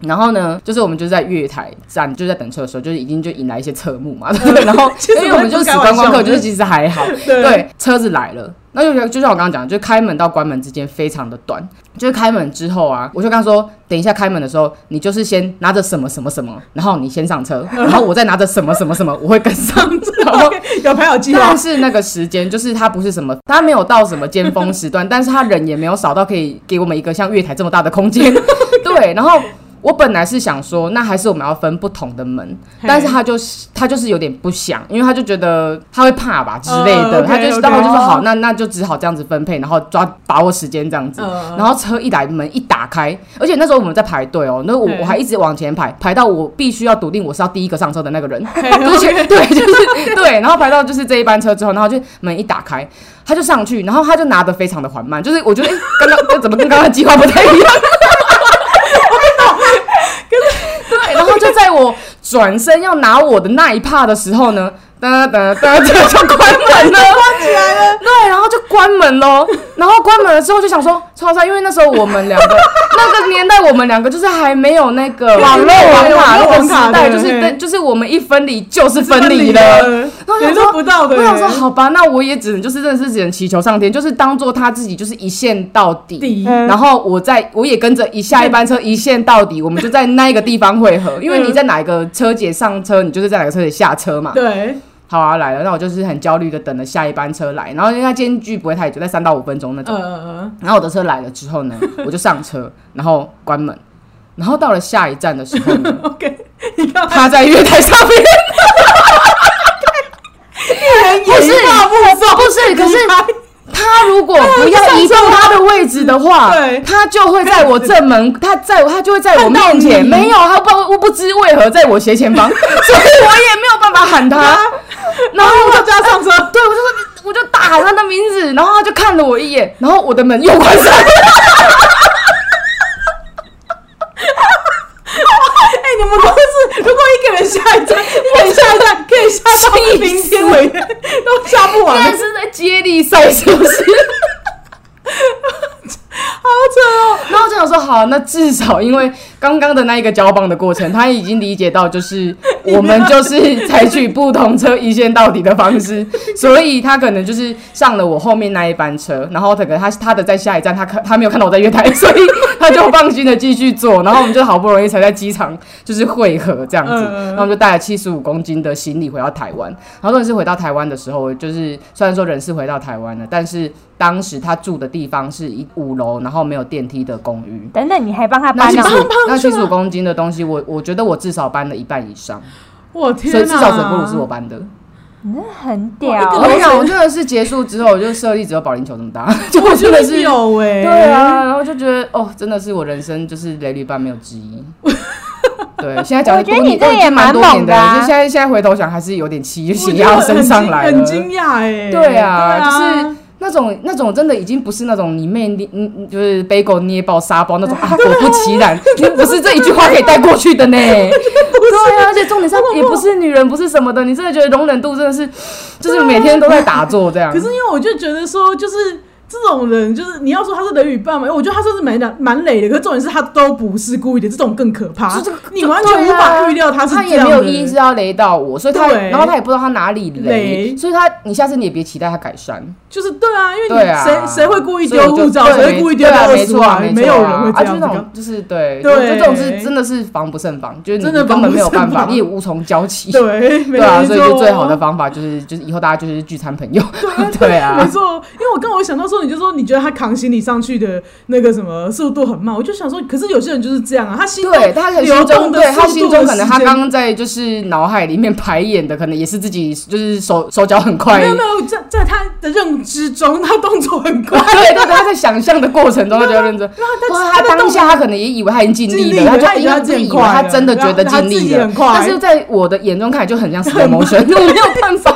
然后呢，就是我们就在月台站，就在等车的时候，就是已经就引来一些侧目嘛，对不对？ 然后嗯 其实因为我们就是死观光我客，们不开玩笑嗯就是其实 还好， 嘿对对，车子来了。那就就像我刚刚讲，就开门到关门之间非常的短，就是开门之后啊，我就跟他说，等一下开门的时候，你就是先拿着什么什么什么，然后你先上车，然后我再拿着什么什么什么，我会跟上， 然 后 OK，有排好哦计划但，是那个时间就是他不是什么，他没有到什么尖峰时段，但是他人也没有少到可以给我们一个像月台这么大的空间。对，然后。我本来是想说，那还是我们要分不同的门，嘿但是他就是他就是有点不想，因为他就觉得他会怕吧之类的，嗯他就 OK，OK 然后我就说好，那那就只好这样子分配，然后抓把握时间这样子。嗯然后车一来门一打开，而且那时候我们在排队哦，那我对我还一直往前排，排到我必须要笃定我是要第一个上车的那个人，嘿就是对，就是对，然后排到就是这一班车之后，然后就门一打开，他就上去，然后他就拿的非常的缓慢，就是我觉得哎，诶刚刚这怎么跟刚刚计划不太一样？对，然后就在我转身要拿我的那一帕的时候呢，哒哒哒哒就关门了， 关起来了。对，然后就关门喽。然后关门了之后就想说，超帅，因为那时候我们两个那个年代，我们两个就是还没有那个网络网卡那个网时卡代，对就是嘿对，就是我们一分离就是分分离离了。了，然后谁想说都不到的。欸我想说，好吧，那我也只能就是真的是只能祈求上天，就是当做他自己就是一线到底，第一，嗯然后我在我也跟着一下一班车一线到底，我们就在那一个地方汇合，因为你在哪一个车节上车，你就是在哪个车节下车嘛。对，好啊，来了，那我就是很焦虑的等了下一班车来，然后因为它间距不会太久，在三到五分钟那种。呃，然后我的车来了之后呢，我就上车，然后关门，然后到了下一站的时候 呢， OK，你看他在月台上面。不不是不不是可是他如果不要移动他的位置的话， 对他就会在我正 门，他在他就会在我面看到前。你没有，他不我不知为何在我斜 前方，所以我也没有办法喊他。然后我就大家上车，对我就说你，我就大喊他的名字，然后他就看了我一眼，然后我的门又关 上了。哎，你们公司如果一个人下一站，一个人下一站，可以下 到明天为止，都下不现完在，是在接力赛是不是？好扯哦。然后我就想说，好，那至少因为刚刚的那一个交棒的过程，他已经理解到，就是我们就是采取不同车一线到底的方式，所以他可能就是上了我后面那一班车，然后可能他他的在下一站，他看他没有看到我在月台，所以他就放心的继续坐，然后我们就好不容易才在机场就是汇合这样子，嗯然后我们就带了七十五公斤的行李回到台湾，然后真的是回到台湾的时候，我就是虽然说人是回到台湾了，但是当时他住的地方是一五楼，然后没有电梯的公寓。等等，你还帮他那搬哦七了十帮他搬那去七吗十五公斤的东西，我我觉得我至少搬了一半以上，我天所以哪！哎至少水波炉是我搬的。你真的很我我一屌个。跟你讲，我真的是结束之后，我就设立只有保龄球这么大， 就我我真觉的得是有哎，对啊，然后就觉得哦，真的是我人生就是雷旅伴没有之一。对，现在讲我觉得多你这都已经也蛮蛮多年猛的的啊了，就现在现在回头想还是有点气，我觉 血得压很升上惊来了很。惊讶哎。对啊，就是那种那种真的已经不是那种你妹捏，嗯嗯就是杯狗捏爆沙包那种啊，果不其然，你不是这一句话可以带过去的呢。对啊，而且重点是也不是女人，不是什么的，你真的觉得容忍度真的是，就是每天都在打坐这样可。是因为我就觉得说，就是这种人，就是你要说他是雷雨伴嘛，我觉得他算是蛮蛮蛮雷的。可是重点是他都不是故意的，这种更可怕。就你完全无法预料他是啊他这也样没的有人意识到雷到我，所以他对然后他也不知道他哪里雷，雷所以他你下次你也别期待他改善。就是对啊，因为对你啊，谁谁、会故意所以丢我就护照，对谁会故意丢到对啊二没十错啊万？没有人会啊这样就是子那搞种，。就是对，对就这种是真的是防不胜防，就是你真的根本没有防办不胜法，防你也无从交起。对，没 对啊，错所以就最好的方法就是就是以后大家就是聚 餐朋友。对没啊，错，因为我刚我想到说，你就说你觉得他扛行李上去的那个什么速度很慢，我就想说，可是有些人就是这样啊，他心对他可能流心中动的对他速心度中的可能时他间刚在就是脑海里面排演的，可能也是自己就是手手脚很快没。有没有，在在他的认知中，他动作很快， 对，但他在想象的过程中，他就要认真。他他哇，他的当动下他可能也以为他已经尽力尽力了，了他他以就为应该他自己以尽为快他了真的觉得然后他尽自力己了很，快但是在我的眼中看来就很像 slow motion，我没有办 法。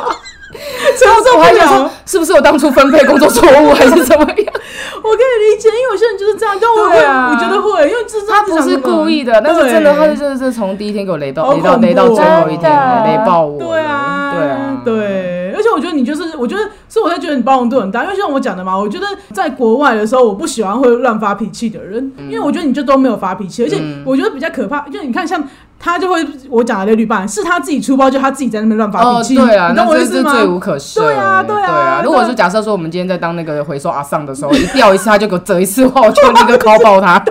承受我还不想说了。，是不是我当初分配工作错误，还是怎么 我样？可以理解，因为有些人就是这样，但我对会，啊我觉得会，因为这他不是故意的，但是真的，他是真的是从第一天给我雷到，好雷到恐怖哦雷到最后一真天的了，雷爆我了。对啊，对啊，对而且我觉得你就是，我觉得，所以我才觉得你包容度很大，因为像我讲的嘛，我觉得在国外的时候，我不喜欢会乱发脾气的人，嗯因为我觉得你就都没有发脾气，而且我觉得比较可怕，就是你看像。他就会，我讲的那旅伴是他自己出包，就他自己在那边乱发哦脾，气，对啊，你那懂我这意是思吗？罪无可赦。哎对啊对啊对啊如果说假设说我们今天在当那个回收阿尚的时候，一掉一次他就给我折一次的话，我就立刻敲爆他。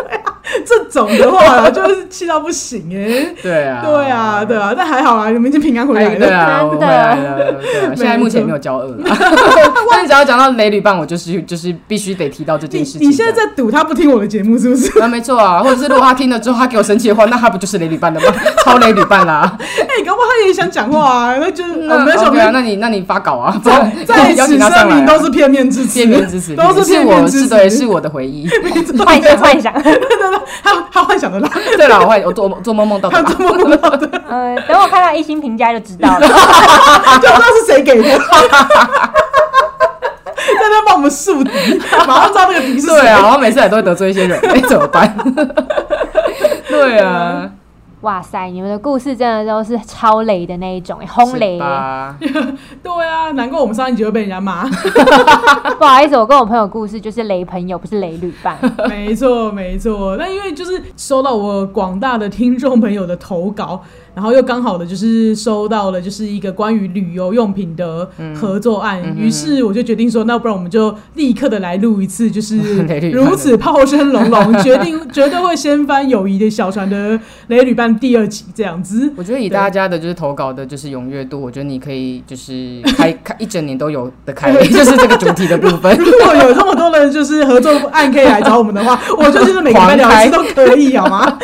这种的话啦，就是气到不行哎、 对啊， 对啊，对啊，但还好啊，你们已经平安回来哎，了。对啊，真我的回来了。对啊，现在目前没有交 恶了。 但是只要讲到雷旅伴，我就是就是必须得提到这你件事情。你现在在赌他不听我的节目是不是？ 啊，没错啊，或者是如果他听了之后他给我生气的话，那他不就是雷旅 伴的吗？超雷旅伴啦！哎、搞不好他也想讲话啊，那就是那我们小 OK 朋啊，友那你那你发稿啊，在邀此请他上声来明啊。都是片面之词，片面之词，都是是片面我之是词，对，是我的回忆。幻想幻 想。他他幻想的啦，对了，我会我做做梦梦到他的吧，做梦梦到的，嗯、等我看到一星评价就知道了。就不知道是谁给的。在那帮我们树敌，马上知道那个敌是谁。对啊，然后每次来都会得罪一些人，哎，怎么 办？对啊，哇塞，你们的故事真的都是超雷的那一种，欸嗯轰雷是。吧？对啊，难怪我们上一集会被人家骂。不好意思，我跟我朋友故事就是雷朋友，不是雷旅 伴。 没错，没错。那因为就是收到我广大的听众朋友的投稿，然后又刚好的就是收到了就是一个关于旅游用品的嗯合作案，于、是我就决定说，那不然我们就立刻的来录一次，就是 雷旅伴如此炮声隆隆，决定 绝对会先翻友谊的小船的雷旅伴第二集这样子。 我觉得以大家的就是投稿的，就是踊跃度，我觉得你可以就是开开一整年都有的开， 就是这个主题的部分。如果有这么多的，就是合作案可以来找我们的话，我就是每个礼拜聊一次都可以，好吗？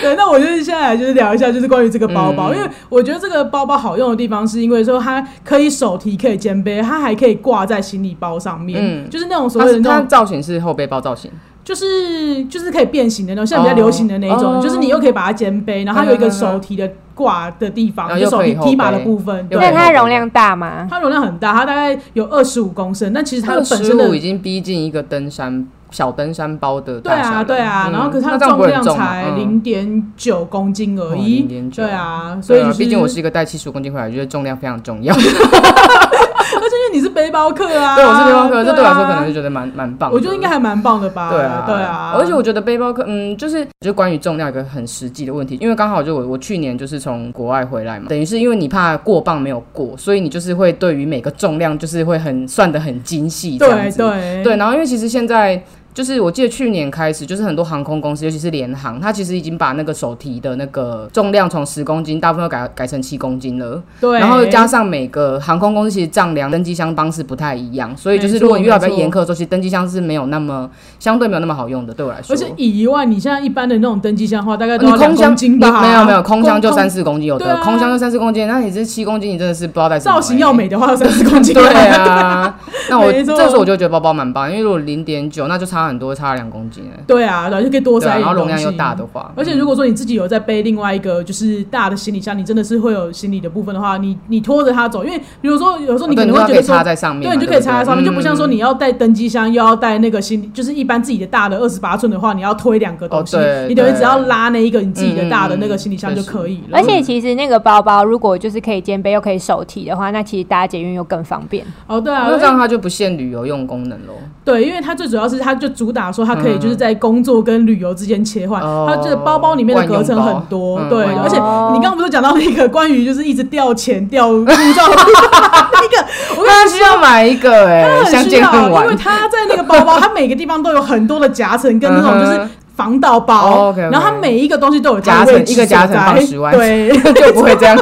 对，那我就是现在来就是聊一下，就是关于这个包嗯包，因为我觉得这个包包好用的地方，是因为说它可以手提，可以肩背，它还可以挂在行李包上面，嗯就是那种 所它谓的是那它种，造型是后背包造型，就是就是可以变形的那种，现在比较流行的那种，哦就是你又可以把它肩背，然后它有一个手提的挂的地方，然后就哦又手可以提提把的后背部分，又对可以那，它的容量大吗？它容量很大，它大概有二十五公升，但其实它它本身十的五已经逼近一个登山小登山包的对大小啊，了。对啊，嗯然后可是它那的这样不重会量很重吗才嗯零点九公斤而哦已， 0.9对啊，所以对就啊是，毕竟我是一个带七十五公斤回来，我觉得重量非常重要。 而且因为你是背包客啊， 对，我是背包客，这对我来说啊可能就觉得蛮蛮棒的。我觉得应该还蛮棒的吧，对啊啊，，对啊，而且我觉得背包客，嗯，就是就关于重量有一个很实际的问题，因为刚好就我我去年就是从国外回来嘛，等于是因为你怕过磅没有过，所以你就是会对于每个重量就是会很算的很精细这样对子。对对，然后因为其实现在。就是我记得去年开始，就是很多航空公司，尤其是联航，它其实已经把那个手提的那个重量从十公斤，大部分都改改成七公斤了。对，然后加上每个航空公司其实丈量登机箱方式不太一样，所以没就是错如果你遇到比没较错严苛的时候，其实登机箱是没有那么相对没有那么好用的，对我来说。而且以一万，你现在一般的那种登机箱的话，大概都你要两空箱公斤你吧，没有没 有，空箱就空三四公斤有对的，啊空箱就三四公斤，那你这七公斤，你真的是不知道在什么、造型欸要美的话要三四公斤， 对啊，那我没这错时候我就觉得包包蛮棒，因为如果零点九，那就差很多，差了两公斤哎、 对啊，然后就可以多对啊塞一然后点容东量西又大的话，而且如果说你自己有在背另外一个就是大的行李箱，你真的是会有行李的部分的话，你你拖着它走，因为比如说有时候你可哦对能你会就觉可以得说插，在上面嘛，对，你就可以插在上面，就不像说你。嗯你要带登机箱，又要带那个行李，就是一般自己的大的二十八寸的话，你要推两个东西，哦对你等于对只要拉那一个你自己的大的嗯嗯那个行李箱就确实哎可以了。而且其实那个包包如果就是可以肩背又可以手提的话，那其实搭捷运又更方便。哦，对啊，那这样它就不限旅游用功能喽。对，因为它最主要是它就主打说它可以就是在工作跟旅游之间切换，哦它这包包里面的隔层很多，万用包对，嗯而且哦你刚刚不是讲到那个关于就是一直掉钱掉护照的地方那个，我跟那需要买一个哎、他相啊很需见要，恨因为晚。他在那个包包，他每个地方都有很多的夹层跟那种就是嗯哼防盗包，哦，OK，OK 然后他每一个东西都有它夹的层位置一个夹所层在放10万对， 就不会这样，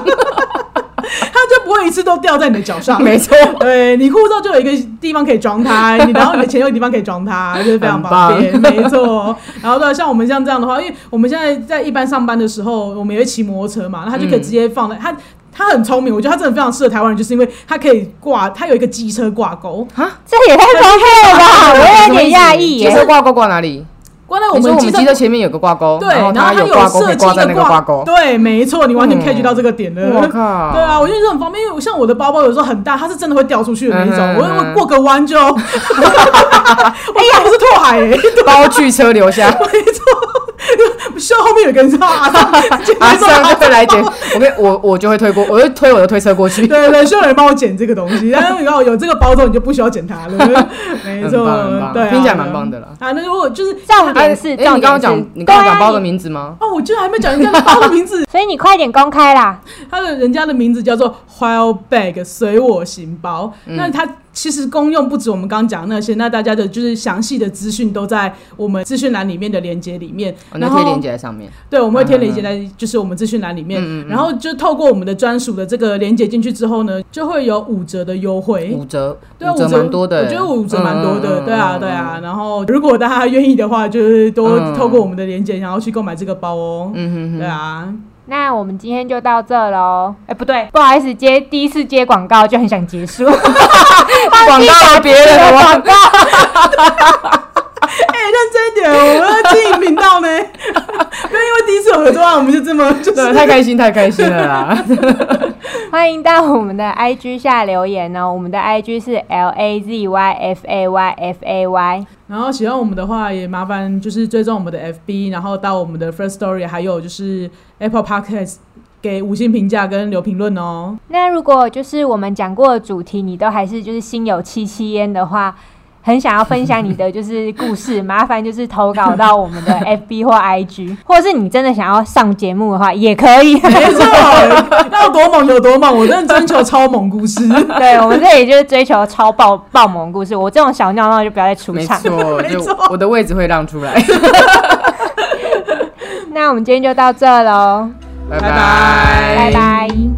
他就不会一次都掉在你的脚上。 没错，对你护照就有一个地方可以装 它，你然后你的钱有一个地方可以装它，就是非常方便，没错。然后对啊，像我们像这样的话，因为我们现在在一般上班的时候，我们也会骑摩托车嘛，那他就可以直接放在嗯他。他很聪明，我觉得他真的非常适合台湾人，就是因为他可以挂，他有一个机车挂钩，这也太方便了 吧！我有点讶异机车耶。挂钩挂哪里？挂在我你说们我机们车机车前面有个挂钩，对，然后它它有有挂钩可设以计挂在一那个个挂钩。对，没错，你完全嗯 catch 到这个点了。我靠！对啊，我觉得这很方便，因为我像我的包包有时候很大，它是真的会掉出去的那一种。嗯我我过个弯就， 我呀，不是拓海欸耶，包去车留 下，秀后面有个人说啊，啊，上再来捡。我跟我我就会推过，我会推我的推车过去。对对，需要有人帮我捡这个东西。但是你看有这个包之后，你就不需要捡它 了。没很错棒很，棒对啊，听起来蛮棒的啦。啊。那如果就是重 哎，点哎是，你刚重刚点讲是，你刚刚讲包的对啊名字吗？哦，我居然还没讲人家的包的名字，所以你快点公开啦！ 嗯他的人家的名字叫做 Wild Bag 随我行包，那他其实功用不止我们刚刚讲的那些，那大家的就是详细的资讯都在我们资讯栏里面的连接里面。我哦那然后贴链接在嗯上面，对，我们会贴连接在就是我们资讯栏里嗯面，然后就透过我们的专属的这个连接进去之后呢，就会有五折的优惠。五折，对啊，折蛮多的欸，我觉得五折蛮多的，嗯对啊，嗯对啊。然后如果大家愿意的话，就是多嗯透过我们的连接，然后去购买这个包哦。嗯哼哼，对啊，那我们今天就到这喽。哎、不对，不好意思，接第一次接广告就很想结 束，广告给别人好不 好？哎，认真一点，我们要经营频道 呢，不要因为第一次有合作啊案，我们就这么就对，是嗯太开心，太开心 了啦！欢迎到我们的 IG 下留言哦。我们的 IG 是 L A Z Y F A Y F A Y。然后喜欢我们的话，也麻烦就是追踪我们的 FB，然后到我们的 First Story，还有就是 Apple Podcast 给五星评价跟留评论哦。那如果就是我们讲过的主题，你都还是就是心有戚戚焉的话，很想要分享你的 就是故事，麻烦就是投稿到我们的 FB 或 IG，或者是你真的想要上节目的话，也可 以。没 错，要多猛有多猛，我真的征求超猛故事。 对我们这里就是追求超爆爆萌故事，我这种小尿尿就不要再出没场。 错，没就错我的位置会让出 来，那我们今天就到这喽，拜拜拜拜拜。